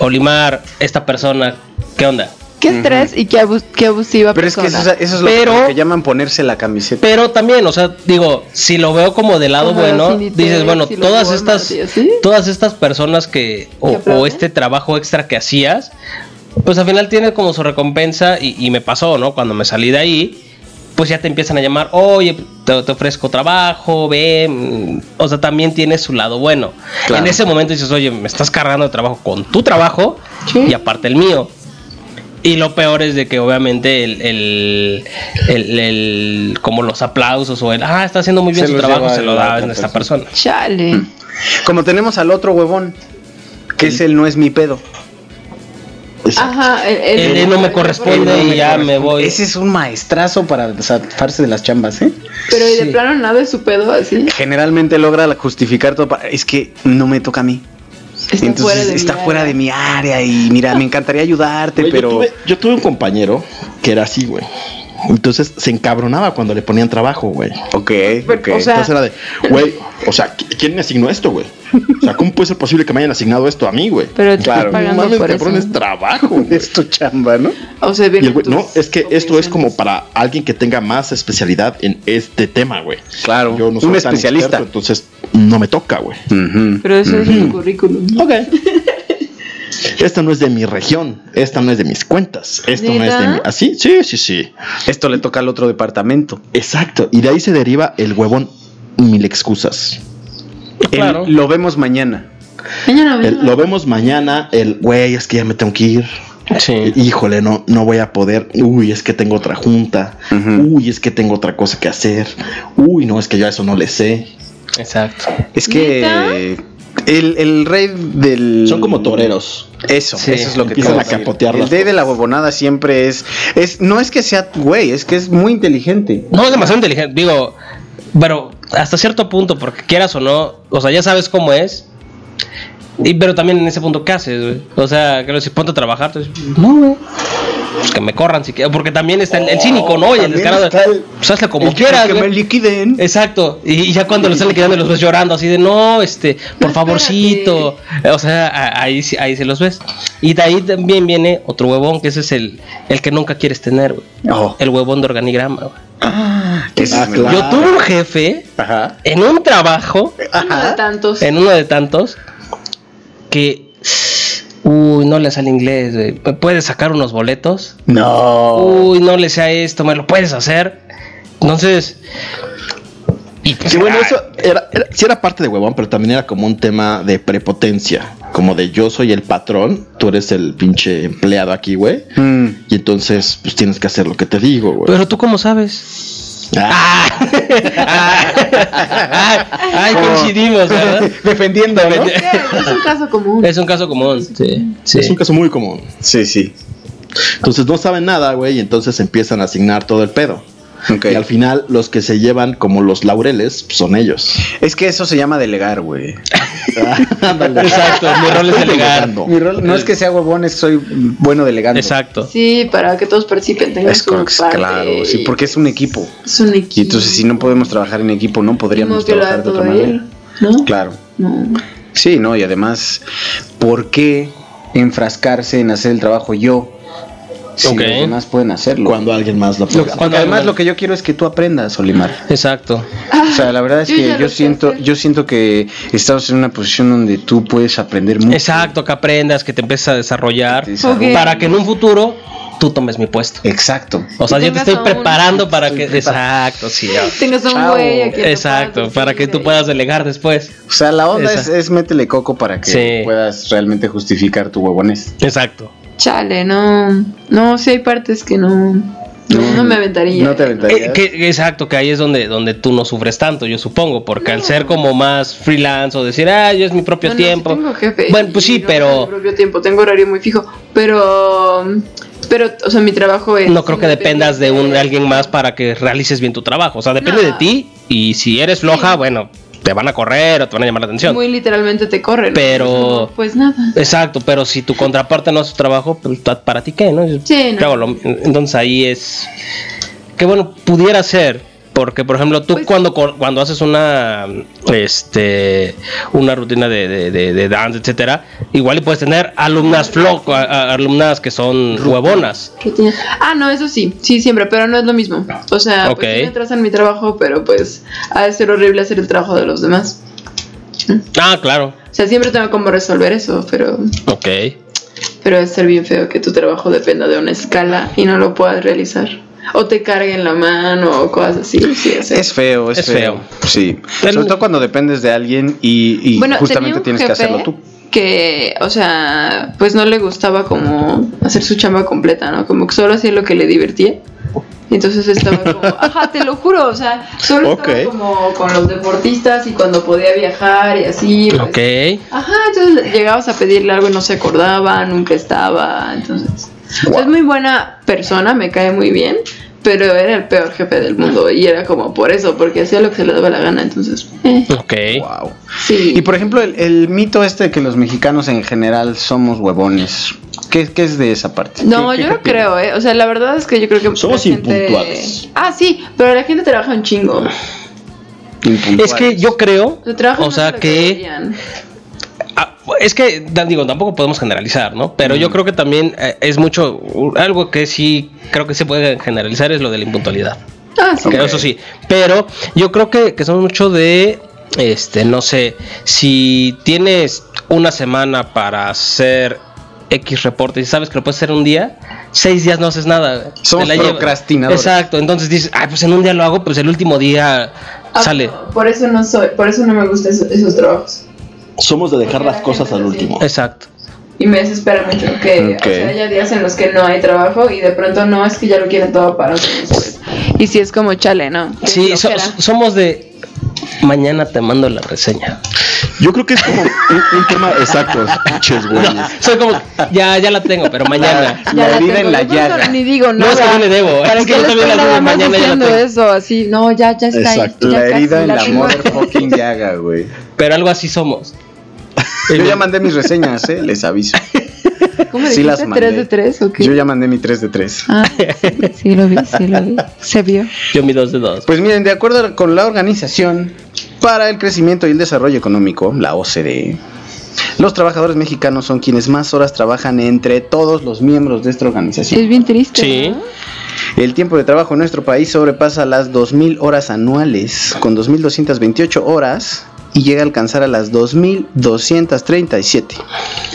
Speaker 2: Olimar, esta persona, ¿qué onda?
Speaker 4: Qué estrés y qué, abus- qué abusiva
Speaker 5: Pero es que
Speaker 4: persona.
Speaker 5: eso, es- eso es lo
Speaker 2: Pero-
Speaker 5: lo que llaman ponerse la camiseta.
Speaker 2: Pero también, o sea, digo, si lo veo como del lado
Speaker 4: Ajá,
Speaker 2: bueno,
Speaker 4: Cindy
Speaker 2: dices,
Speaker 4: Tech,
Speaker 2: bueno,
Speaker 4: y los
Speaker 2: todas
Speaker 4: Walmart
Speaker 2: estas,
Speaker 4: y así.
Speaker 2: todas estas personas que, o,
Speaker 4: ¿Que aplauden?
Speaker 2: o este trabajo extra que hacías, pues al final tiene como su recompensa y, y me pasó, ¿no? Cuando me salí de ahí, pues ya te empiezan a llamar, oye, te, te ofrezco trabajo, ven, o sea, también tiene su lado bueno.
Speaker 5: Claro.
Speaker 2: En ese momento dices, oye, me estás cargando de trabajo con tu trabajo
Speaker 5: ¿Mm?
Speaker 2: y aparte el mío. Y lo peor es de que obviamente el, el, el- el- como los aplausos o el, ah, está haciendo muy bien
Speaker 5: Se
Speaker 2: su
Speaker 5: los
Speaker 2: trabajo,
Speaker 5: lleva
Speaker 2: se lo
Speaker 5: la
Speaker 2: da a
Speaker 5: otra
Speaker 2: esta persona.
Speaker 4: Chale.
Speaker 5: Como tenemos al otro huevón, que es el no es mi pedo.
Speaker 4: Ajá, e, el,
Speaker 2: El de Eh, no me corresponde
Speaker 5: Él no
Speaker 2: y ya me
Speaker 5: corresponde.
Speaker 2: voy.
Speaker 5: Ese es un maestrazo para zafarse de las chambas, ¿eh?
Speaker 4: Pero y de
Speaker 2: Sí.
Speaker 4: plano nada de su pedo así.
Speaker 5: Generalmente logra la- justificar todo. para- es que no me toca a mí.
Speaker 4: Está
Speaker 5: Entonces
Speaker 4: fuera de
Speaker 5: está
Speaker 4: mi
Speaker 5: fuera
Speaker 4: área.
Speaker 5: de mi área y mira, me encantaría ayudarte,
Speaker 1: Güey,
Speaker 5: pero
Speaker 1: yo, tuve, yo tuve un compañero que era así, güey. Entonces se encabronaba cuando le ponían trabajo, güey.
Speaker 5: ok,
Speaker 4: Pero,
Speaker 5: ok.
Speaker 4: o sea-
Speaker 1: Entonces era de, güey, o sea, ¿qui- ¿quién me asignó esto, güey? O sea, ¿cómo puede ser posible que me hayan asignado esto a mí, güey?
Speaker 4: Pero te
Speaker 5: Claro.
Speaker 4: están pagando
Speaker 1: no mames,
Speaker 4: por
Speaker 1: cabrón,
Speaker 4: eso.
Speaker 1: es trabajo, güey.
Speaker 5: <laughs> es tu chamba, ¿no?
Speaker 4: O sea,
Speaker 1: Y
Speaker 4: vienen
Speaker 1: el güey,
Speaker 4: tus
Speaker 1: no, es que esto es
Speaker 4: opiniones.
Speaker 1: como para alguien que tenga más especialidad en este tema, güey.
Speaker 5: Claro,
Speaker 1: Yo no soy
Speaker 5: un
Speaker 1: tan
Speaker 5: especialista.
Speaker 1: experto, entonces no me toca, güey.
Speaker 5: Ujú.
Speaker 4: Pero eso es un currículum. <laughs>
Speaker 1: Ok. Esta no es de mi región, esta no es de mis cuentas, esto no es de
Speaker 4: ¿Neta?
Speaker 1: mi... Así, sí, sí, sí.
Speaker 5: Esto le toca al otro departamento.
Speaker 1: Exacto. Y de ahí se deriva el huevón mil excusas.
Speaker 5: El-
Speaker 2: Claro.
Speaker 5: lo vemos mañana.
Speaker 4: Mañana
Speaker 1: El-
Speaker 4: mañana.
Speaker 1: lo vemos mañana, el güey, es que ya me tengo que ir.
Speaker 2: Sí.
Speaker 1: Híjole, no, no voy a poder. Uy, es que tengo otra junta.
Speaker 5: Ujú.
Speaker 1: Uy, es que tengo otra cosa que hacer. Uy, no, es que yo a eso no le sé.
Speaker 2: Exacto.
Speaker 5: Es que
Speaker 4: ¿Neta?
Speaker 5: el, el rey del.
Speaker 1: Son como toreros.
Speaker 5: Eso,
Speaker 2: Sí.
Speaker 5: eso es lo que
Speaker 1: Empiezan
Speaker 5: acabas
Speaker 1: a
Speaker 5: de decir.
Speaker 1: capotear
Speaker 5: El
Speaker 1: las
Speaker 5: rey de la
Speaker 1: cosas.
Speaker 5: huevonada siempre es, es. No es que sea güey, es que es muy inteligente.
Speaker 2: No, es demasiado inteligente, digo, pero hasta cierto punto, porque quieras o no, o sea, ya sabes cómo es. Y, pero también en ese punto, ¿qué haces, güey? O sea, que si ponte a trabajar, tú dices, no, güey. Pues que me corran si quiero. Porque también está el, el cínico, ¿no? Y el
Speaker 5: También
Speaker 2: descarado.
Speaker 5: está el-
Speaker 2: Pues hazle como
Speaker 5: el
Speaker 2: quieras,
Speaker 5: Que
Speaker 2: güey.
Speaker 5: me liquiden.
Speaker 2: Exacto, y, y ya cuando lo están liquidando los ves llorando así de no, este, por favorcito, o sea, a- ahí, sí- ahí se los ves. Y de ahí también viene otro huevón, que ese es el, el que nunca quieres tener, güey.
Speaker 5: Oh.
Speaker 2: El huevón de organigrama, güey.
Speaker 5: Ese es mi
Speaker 1: claro.
Speaker 2: Yo tuve un jefe
Speaker 5: Ajá.
Speaker 2: en un trabajo,
Speaker 4: Uno de tantos.
Speaker 2: en uno de tantos, que, uy, no le sale inglés, güey. ¿Me puedes sacar unos boletos?
Speaker 1: Oh.
Speaker 5: No.
Speaker 2: Uy, no le sea esto, me lo puedes hacer. Entonces, y pues,
Speaker 1: Que bueno,
Speaker 2: ah,
Speaker 1: eso era, era- sí era parte de huevón, pero también era como un tema de prepotencia. Como de yo soy el patrón, tú eres el pinche empleado aquí, güey.
Speaker 5: Mm.
Speaker 1: Y entonces, pues tienes que hacer lo que te digo, güey.
Speaker 2: Pero tú cómo sabes.
Speaker 1: Ah,
Speaker 2: <laughs> ay, ah, ay, coincidimos, ¿verdad?
Speaker 5: <laughs> Defendiendo, ¿no?
Speaker 4: Es
Speaker 5: <laughs>
Speaker 4: un caso común.
Speaker 2: Es un caso común. Sí,
Speaker 1: Es un caso muy común.
Speaker 5: Sí, sí.
Speaker 1: Entonces no saben nada, güey, y entonces empiezan a asignar todo el pedo.
Speaker 5: Ok.
Speaker 1: Y al final los que se llevan como los laureles pues, son ellos.
Speaker 5: Es que eso se llama delegar, güey.
Speaker 2: Exacto, mi rol es delegar.
Speaker 1: Delegando.
Speaker 5: Mi rol no es que sea huevón, es soy bueno delegando.
Speaker 2: Exacto.
Speaker 4: Sí, para que todos participen, tengan
Speaker 5: Es
Speaker 4: su
Speaker 5: correcto,
Speaker 4: parte
Speaker 5: claro,
Speaker 4: y-
Speaker 5: sí, porque es un equipo.
Speaker 4: es un equipo.
Speaker 5: Y entonces si no podemos trabajar en equipo, no
Speaker 4: Tenemos
Speaker 5: podríamos
Speaker 4: que lo
Speaker 5: trabajar
Speaker 4: haga todo ¿eh?
Speaker 5: de otra manera.
Speaker 4: él, ¿no?
Speaker 5: Claro.
Speaker 4: No.
Speaker 5: Sí, no, y además, ¿por qué enfrascarse en hacer el trabajo yo? Si
Speaker 2: Ok.
Speaker 5: los demás pueden hacerlo.
Speaker 1: Cuando alguien más lo
Speaker 2: Lo-
Speaker 1: puede.
Speaker 5: Porque además lo que yo quiero es que tú aprendas, Olimar.
Speaker 2: Exacto.
Speaker 5: O sea, la verdad
Speaker 4: <laughs>
Speaker 5: es
Speaker 4: Yo ya
Speaker 5: que
Speaker 4: lo
Speaker 5: yo
Speaker 4: sé
Speaker 5: siento,
Speaker 4: hacer.
Speaker 5: yo siento que estamos en una posición donde tú puedes aprender mucho.
Speaker 2: Exacto, que aprendas, que te empieces a desarrollar
Speaker 5: Te desarrollas.
Speaker 4: Ok.
Speaker 2: para que en un futuro tú tomes mi puesto.
Speaker 5: Exacto.
Speaker 2: O sea,
Speaker 4: Que
Speaker 2: yo te
Speaker 4: tengas
Speaker 2: estoy
Speaker 4: a un-
Speaker 2: preparando para
Speaker 5: Estoy
Speaker 2: que
Speaker 5: preparado.
Speaker 2: exacto, sí.
Speaker 4: <laughs>
Speaker 2: ya.
Speaker 4: Tengas un
Speaker 5: Chao.
Speaker 4: güey aquí.
Speaker 2: Exacto, para que tú puedas delegar después.
Speaker 5: O sea, la onda es,
Speaker 2: Esa.
Speaker 5: es métele coco para que
Speaker 2: Sí.
Speaker 5: puedas realmente justificar tu huevones.
Speaker 2: Exacto.
Speaker 4: Chale, no. No, sí hay partes que no. No, no me aventaría.
Speaker 5: No te aventarías.
Speaker 2: Eh, que- que exacto, que ahí es donde, donde tú no sufres tanto, yo supongo, porque al ser como más freelance o decir, ah, yo es mi propio
Speaker 4: No, no, sí
Speaker 2: tiempo.
Speaker 4: tengo jefe
Speaker 2: bueno,
Speaker 4: y
Speaker 2: pues sí,
Speaker 4: no tengo
Speaker 2: pero
Speaker 4: propio tiempo, tengo horario muy fijo. Pero. Pero, o sea, mi trabajo es.
Speaker 2: no creo que dependas de un de
Speaker 4: independiente.
Speaker 2: alguien más para que realices bien tu trabajo. O sea, depende
Speaker 4: No.
Speaker 2: de ti y si eres floja,
Speaker 4: Sí.
Speaker 2: bueno, te van a correr o te van a llamar la atención.
Speaker 4: Muy literalmente te corren.
Speaker 2: Pero-
Speaker 4: No, Pues nada.
Speaker 2: Exacto, pero si tu contraparte no hace su trabajo, pues ta- para ti qué, ¿no? Yo-
Speaker 4: Sí, no.
Speaker 2: yo hago lo- entonces ahí es que bueno, pudiera ser, Porque, por ejemplo, tú
Speaker 4: Pues-
Speaker 2: cuando, cor- cuando haces una, este, una rutina de, de, de- de dance, etcétera, igual y puedes tener alumnas floco, a- a- alumnas que son huevonas.
Speaker 4: Rutina. Ah, no, eso sí, sí, siempre, pero no es lo mismo. O sea,
Speaker 2: Ok.
Speaker 4: pues, sí me atrasan mi trabajo, pero pues ha de ser horrible hacer el trabajo de los demás.
Speaker 2: Ah, claro.
Speaker 4: O sea, siempre tengo como resolver eso, pero,
Speaker 2: Ok.
Speaker 4: pero es ser bien feo que tu trabajo dependa de una escala y no lo puedas realizar. O te carguen la mano o cosas así. sí, o sea.
Speaker 5: Es feo, es,
Speaker 2: Es
Speaker 5: feo.
Speaker 2: feo.
Speaker 5: Sí.
Speaker 2: Ten-
Speaker 5: Sobre todo cuando dependes de alguien y, y
Speaker 4: Bueno, tenía
Speaker 5: justamente
Speaker 4: un
Speaker 5: tienes que
Speaker 4: jefe
Speaker 5: hacerlo tú.
Speaker 4: Que, o sea, pues no le gustaba como hacer su chamba completa, ¿no? Como que solo hacía lo que le divertía. Entonces estaba
Speaker 5: <laughs>
Speaker 4: como, ajá, te lo juro, o sea, solo
Speaker 1: Ok.
Speaker 4: estaba como con los deportistas y cuando podía viajar y así. pues.
Speaker 2: Ok.
Speaker 4: Ajá, entonces llegabas a pedirle algo y no se acordaba, nunca estaba, entonces. o sea, es muy buena persona, me cae muy bien, pero era el peor jefe del mundo y era como por eso, porque hacía lo que se le daba la gana, entonces. eh,
Speaker 2: Ok.
Speaker 5: Wow.
Speaker 4: sí.
Speaker 5: Y por ejemplo, el, el mito este de que los mexicanos en general somos huevones. ¿Qué, qué es de esa parte?
Speaker 4: No,
Speaker 5: ¿Qué- qué
Speaker 4: yo no
Speaker 5: opinas?
Speaker 4: creo, ¿eh? O sea, la verdad es que yo creo que.
Speaker 1: Somos
Speaker 4: la gente-
Speaker 1: impuntuales.
Speaker 4: Ah, sí, pero la gente trabaja un chingo.
Speaker 5: Ah.
Speaker 2: Es que yo creo,
Speaker 4: Su trabajo
Speaker 2: o sea, que Ah, es que, da- digo, tampoco podemos generalizar, ¿no? Pero
Speaker 5: Mm.
Speaker 2: yo creo que también eh, es mucho, u- algo que sí creo que se puede generalizar es lo de la impuntualidad.
Speaker 4: Ah, sí.
Speaker 2: Que Eso sí, pero yo creo que, que son mucho de, este, no sé, si tienes una semana para hacer X reporte y sabes que lo puedes hacer un día, seis días no haces nada.
Speaker 5: Somos
Speaker 2: Te la lleva-
Speaker 5: procrastinadores.
Speaker 2: Exacto, entonces dices, ay, pues en un día lo hago, pues el último día
Speaker 4: Ah,
Speaker 2: sale.
Speaker 4: Por eso no soy, por eso no me gustan esos, esos trabajos.
Speaker 1: Somos de dejar las cosas al último.
Speaker 2: Exacto.
Speaker 4: Y me desespera mucho que
Speaker 5: Ok.
Speaker 4: o sea, haya días en los que no hay trabajo y de pronto no es que ya lo quieren todo para otro mes. Y si es como chale, ¿no? Qué
Speaker 2: Sí, so-
Speaker 4: flojera.
Speaker 2: somos de mañana te mando la reseña.
Speaker 1: Yo creo que es como un, un tema exacto. Pinches güeyes.
Speaker 2: Soy como ya ya la tengo, pero mañana.
Speaker 5: La
Speaker 4: la
Speaker 5: herida
Speaker 4: tengo,
Speaker 5: en la
Speaker 4: de pronto
Speaker 5: llaga.
Speaker 4: Ni digo
Speaker 2: No
Speaker 4: nada.
Speaker 2: es que no le debo, ¿eh?
Speaker 4: ¿Para
Speaker 2: es
Speaker 4: qué
Speaker 2: que yo
Speaker 4: le estoy
Speaker 2: también la
Speaker 4: nada más
Speaker 2: digo, mañana ya la
Speaker 4: diciendo
Speaker 2: tengo.
Speaker 4: eso? Así, no, ya, ya está. ahí,
Speaker 1: Exacto.
Speaker 4: ya
Speaker 5: La
Speaker 4: casi
Speaker 5: herida en la
Speaker 4: tengo ahí.
Speaker 5: motherfucking llaga,
Speaker 4: <laughs>
Speaker 5: güey.
Speaker 2: Pero algo así somos.
Speaker 5: Yo ya mandé mis reseñas, ¿eh? Les aviso.
Speaker 4: ¿Cómo
Speaker 5: Sí las
Speaker 4: dijiste?
Speaker 5: mandé.
Speaker 4: ¿Tres de tres o qué?
Speaker 5: Yo ya mandé mi 3 de 3.
Speaker 4: Ah, sí, sí lo vi, sí lo vi. Se vio.
Speaker 2: Yo mi dos de dos.
Speaker 5: Pues miren, de acuerdo con la Organización para el Crecimiento y el Desarrollo Económico, la OCDE, los trabajadores mexicanos son quienes más horas trabajan entre todos los miembros de esta organización.
Speaker 4: Es bien triste.
Speaker 2: Sí.
Speaker 4: ¿no?
Speaker 5: El tiempo de trabajo en nuestro país sobrepasa las 2.000 horas anuales, con 2.228 horas, y llega a alcanzar a las 2.237,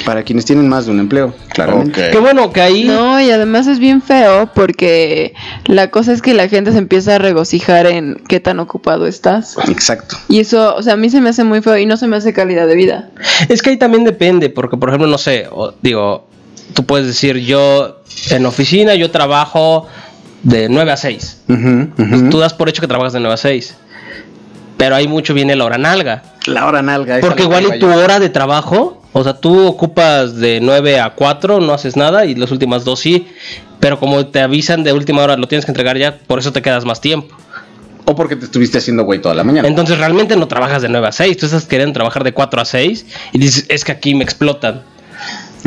Speaker 5: para quienes tienen más de un empleo, claramente.
Speaker 2: Qué bueno que ahí
Speaker 4: No, y además es bien feo porque la cosa es que la gente se empieza a regocijar en qué tan ocupado
Speaker 5: Pues.
Speaker 4: estás.
Speaker 5: Exacto.
Speaker 4: Y eso, o sea, a mí se me hace muy feo y no se me hace calidad de vida.
Speaker 2: es que ahí también depende, porque por ejemplo, no sé, o- digo, tú puedes decir yo en oficina yo trabajo de 9 a 6.
Speaker 5: Ujú, ujú.
Speaker 2: Tú das por hecho que trabajas de 9 a 6. Pero hay mucho viene la hora nalga.
Speaker 5: La hora nalga. esa
Speaker 2: Porque
Speaker 5: es la que
Speaker 2: igual
Speaker 5: iba
Speaker 2: y tu
Speaker 5: yo.
Speaker 2: hora de trabajo, o sea, tú ocupas de 9 a 4, no haces nada y las últimas dos sí, pero como te avisan de última hora lo tienes que entregar ya, por eso te quedas más tiempo.
Speaker 5: O porque te estuviste haciendo güey toda la mañana.
Speaker 2: Entonces realmente no trabajas de 9 a 6, tú estás queriendo trabajar de 4 a 6 y dices, es que aquí me explotan.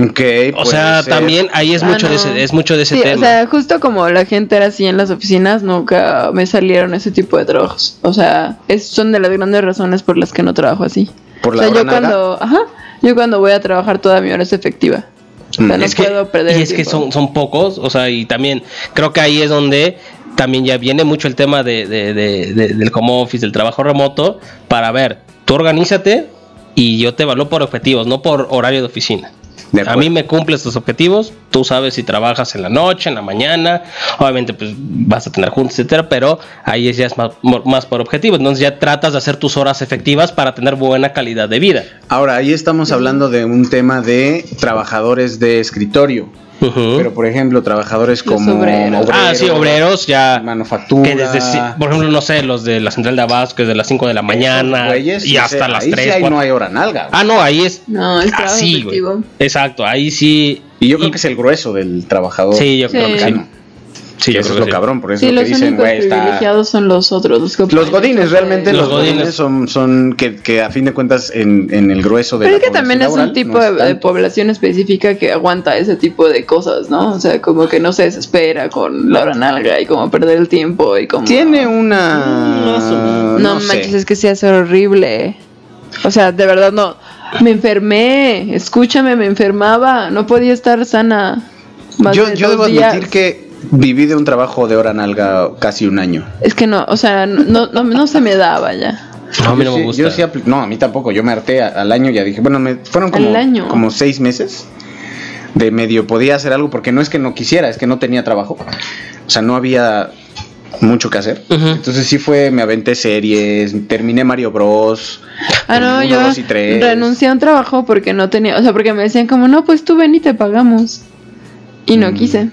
Speaker 5: Ok,
Speaker 2: O
Speaker 5: puede
Speaker 2: sea,
Speaker 5: ser.
Speaker 2: también ahí es
Speaker 4: Ah,
Speaker 2: mucho de
Speaker 4: no.
Speaker 2: ese, es mucho de ese
Speaker 4: Sí,
Speaker 2: tema.
Speaker 4: o sea, justo como la gente era así en las oficinas, nunca me salieron ese tipo de trabajos. O sea, es, son de las grandes razones por las que no trabajo así.
Speaker 5: Por
Speaker 4: o
Speaker 5: la
Speaker 4: sea,
Speaker 5: hora
Speaker 4: yo
Speaker 5: nalga.
Speaker 4: cuando, ajá, yo cuando voy a trabajar toda mi hora es efectiva. O sea,
Speaker 5: Mm.
Speaker 4: no
Speaker 2: es que,
Speaker 4: puedo perder
Speaker 2: y
Speaker 4: el
Speaker 2: es que
Speaker 4: tiempo.
Speaker 2: son, son pocos, o sea, y también creo que ahí es donde también ya viene mucho el tema de, de- de- de- del home office, del trabajo remoto, para ver, tú organízate y yo te evalúo por objetivos, no por horario de oficina.
Speaker 5: De
Speaker 2: a
Speaker 5: acuerdo.
Speaker 2: mí me cumples tus objetivos, tú sabes si trabajas en la noche, en la mañana, obviamente pues vas a tener juntas, etcétera, pero ahí es ya es más, mo- más por objetivos, entonces ya tratas de hacer tus horas efectivas para tener buena calidad de vida.
Speaker 5: Ahora, ahí estamos hablando de un tema de trabajadores de escritorio.
Speaker 2: Ujú.
Speaker 5: Pero, por ejemplo, trabajadores
Speaker 4: Los
Speaker 5: como
Speaker 4: obreros.
Speaker 2: ¿Eh? ah, sí, obreros ya
Speaker 5: manufactura.
Speaker 2: que desde, si- por ejemplo, no sé, los de la central de Abasco, de las 5 de la mañana
Speaker 5: esos güeyes,
Speaker 2: y hasta
Speaker 5: sí,
Speaker 2: las
Speaker 5: ahí
Speaker 2: 3.
Speaker 5: sí, ahí
Speaker 2: cuatro.
Speaker 5: no hay hora nalga. güey.
Speaker 2: Ah, no, ahí es
Speaker 4: No, es trabajo
Speaker 2: así, Ah, güey.
Speaker 4: efectivo.
Speaker 2: Exacto, ahí sí.
Speaker 5: y yo creo que es el grueso del trabajador.
Speaker 2: Sí, yo
Speaker 4: Sí.
Speaker 2: creo que sí.
Speaker 5: mexicano.
Speaker 2: Sí, yo
Speaker 5: eso
Speaker 2: creo
Speaker 5: es
Speaker 2: que
Speaker 5: lo
Speaker 2: sí.
Speaker 5: cabrón, por eso
Speaker 4: Sí,
Speaker 5: lo
Speaker 4: los
Speaker 5: que dicen,
Speaker 4: únicos
Speaker 5: güey, está...
Speaker 4: privilegiados son los otros. Los, que
Speaker 5: Los
Speaker 4: pueden
Speaker 5: godines,
Speaker 4: hacer-
Speaker 5: realmente los,
Speaker 2: Los
Speaker 5: godines,
Speaker 2: godines.
Speaker 5: son, son que, que a fin de cuentas en, en el grueso de
Speaker 4: Pero
Speaker 5: la
Speaker 4: es que también es
Speaker 5: población
Speaker 4: un
Speaker 5: laboral,
Speaker 4: tipo
Speaker 5: no
Speaker 4: de,
Speaker 5: es
Speaker 4: de
Speaker 5: tanto.
Speaker 4: población específica que aguanta ese tipo de cosas, ¿no? O sea, como que no se desespera con la hora nalga y como perder el tiempo y como...
Speaker 5: Tiene una...
Speaker 2: Mm,
Speaker 4: No,
Speaker 5: no sé.
Speaker 4: manches, es que se hace horrible. O sea, de verdad no. Me enfermé, escúchame, me enfermaba, no podía estar sana. más
Speaker 5: Yo,
Speaker 4: de
Speaker 5: yo
Speaker 4: dos
Speaker 5: debo
Speaker 4: días.
Speaker 5: admitir que viví de un trabajo de hora nalga casi un año.
Speaker 4: Es que no, o sea, no, no, no se me daba ya.
Speaker 2: No, a mí
Speaker 5: Yo
Speaker 2: no
Speaker 5: sí-
Speaker 2: me gusta.
Speaker 5: yo sí apli- no, a mí tampoco. Yo me harté a- al año, ya dije, bueno, me, fueron como,
Speaker 4: Al año.
Speaker 5: como seis meses de medio podía hacer algo, porque no es que no quisiera, es que no tenía trabajo. O sea, no había mucho que hacer.
Speaker 2: Ujú.
Speaker 5: Entonces sí fue, me aventé series, terminé Mario Bros.
Speaker 4: Ah, no,
Speaker 5: Uno,
Speaker 4: yo
Speaker 5: dos y tres.
Speaker 4: renuncié a un trabajo porque no tenía, o sea, porque me decían como, no, pues tú ven y te pagamos. Y no
Speaker 5: Mm.
Speaker 4: quise,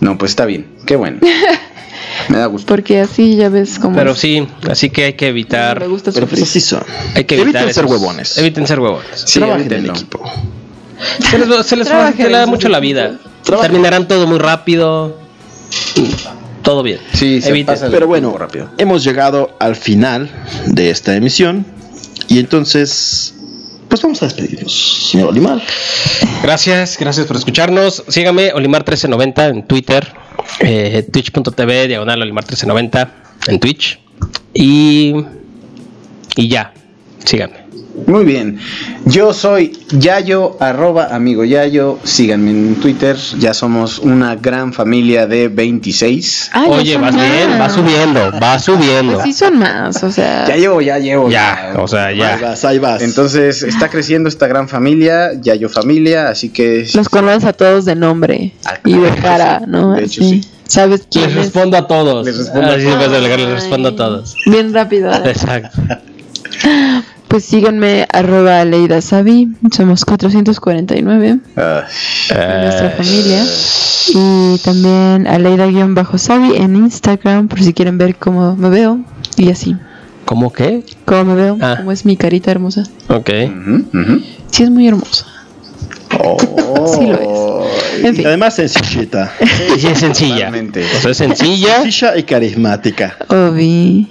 Speaker 5: No, pues está bien, qué
Speaker 4: <laughs>
Speaker 5: bueno. Me da gusto.
Speaker 4: porque así ya ves como...
Speaker 2: Pero sí, así que hay que evitar.
Speaker 4: me gusta
Speaker 1: Pero pues
Speaker 4: sufrir.
Speaker 1: así son.
Speaker 2: Hay que
Speaker 1: Eviten
Speaker 2: evitar
Speaker 1: ser
Speaker 2: esos-
Speaker 1: huevones.
Speaker 2: Eviten ser huevones.
Speaker 5: Sí,
Speaker 1: Trabajen en
Speaker 5: evítenlo.
Speaker 1: equipo.
Speaker 2: Se les, va- se les
Speaker 4: Trabajen
Speaker 2: facilita
Speaker 4: en
Speaker 2: mucho
Speaker 4: sus
Speaker 2: la vida.
Speaker 1: Trabajen.
Speaker 2: Terminarán todo muy rápido. Todo bien.
Speaker 5: Sí, se
Speaker 2: Eviten.
Speaker 5: pasa el
Speaker 1: Pero bueno,
Speaker 5: tiempo rápido.
Speaker 1: hemos llegado al final de esta emisión. Y entonces, pues vamos a despedirnos, señor Olimar.
Speaker 2: Gracias, gracias por escucharnos. Sígame Olimar1390 en Twitter, eh, twitch.tv, diagonal Olimar1390 en Twitch. Y, y ya, síganme.
Speaker 5: Muy bien. Yo soy Yayo, arroba amigo Yayo. Síganme en Twitter. Ya somos una gran familia de 26.
Speaker 4: Ay, ya
Speaker 2: Oye,
Speaker 4: son
Speaker 2: vas bien,
Speaker 4: más.
Speaker 2: va subiendo, va subiendo.
Speaker 4: Pues sí son más, o sea...
Speaker 5: Ya llevo, ya llevo.
Speaker 2: Ya, o sea,
Speaker 1: Ahí
Speaker 2: ya.
Speaker 1: vas, ahí vas. <laughs>
Speaker 5: Entonces está creciendo esta gran familia, Yayo familia, así que
Speaker 4: Los conoces a todos de nombre
Speaker 5: Ah,
Speaker 4: y de
Speaker 5: claro,
Speaker 4: cara,
Speaker 5: sí.
Speaker 4: ¿no?
Speaker 5: De hecho,
Speaker 4: Así.
Speaker 5: sí.
Speaker 4: ¿Sabes quién
Speaker 2: Les
Speaker 4: es?
Speaker 2: respondo a todos.
Speaker 5: Les respondo a
Speaker 2: Así en vez de agregar,
Speaker 4: Ay,
Speaker 2: les respondo a todos.
Speaker 4: Bien
Speaker 5: <laughs>
Speaker 4: rápido.
Speaker 2: Exacto.
Speaker 4: Pues síganme, arroba Leida Sabi. Somos 449
Speaker 5: Ah,
Speaker 4: en nuestra
Speaker 2: Eh,
Speaker 4: familia. Y también a Leida-Sabi en Instagram por si quieren ver cómo me veo. Y así,
Speaker 2: ¿Cómo qué?
Speaker 4: cómo me veo,
Speaker 2: Ah.
Speaker 4: cómo es mi carita hermosa.
Speaker 2: Ok.
Speaker 5: ujú, ujú.
Speaker 4: Sí, es muy hermosa. Sí lo
Speaker 5: Oh,
Speaker 4: es. En
Speaker 1: Y
Speaker 4: fin.
Speaker 1: además
Speaker 5: <laughs>
Speaker 1: sencillita.
Speaker 2: Sí, es sencilla.
Speaker 5: Totalmente.
Speaker 2: O sea, es sencilla.
Speaker 1: Sencilla y carismática.
Speaker 4: Obi.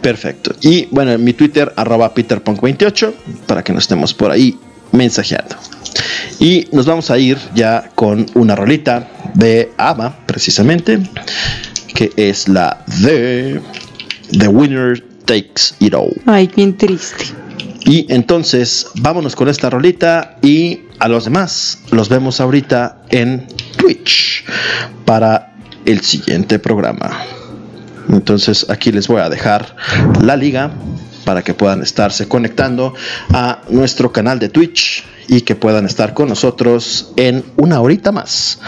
Speaker 1: Perfecto. Y bueno, en mi Twitter, arroba PeterPunk28, para que nos estemos por ahí mensajeando. Y nos vamos a ir ya con una rolita de ABBA, precisamente, que es la de The Winner Takes It All.
Speaker 4: Ay, bien triste.
Speaker 1: Y entonces, vámonos con esta rolita y a los demás los vemos ahorita en Twitch para el siguiente programa. Entonces, aquí les voy a dejar la liga para que puedan estarse conectando a nuestro canal de Twitch y que puedan estar con nosotros en una horita más.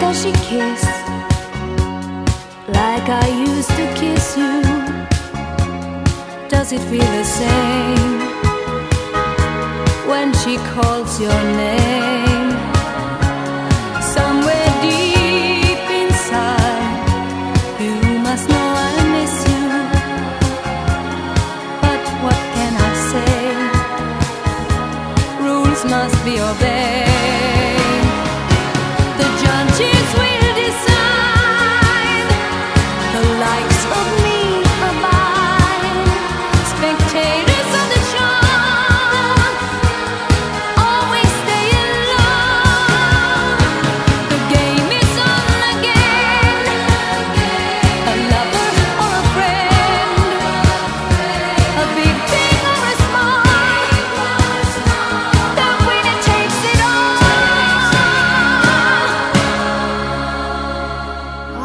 Speaker 9: does she kiss? Like I used to kiss you. Does it feel the same when she calls your name? Somewhere deep inside, you must know I miss you. But what can I say? Rules must be obeyed. The judges will decide the likes of me or mine. Spectators of the show always stay alone. The game is on again. A lover or a friend, a big thing or a small. The winner takes it all.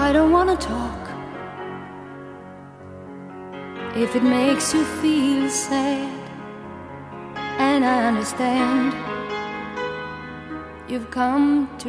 Speaker 9: I don't wanna talk. If it makes you feel sad, and I understand, you've come to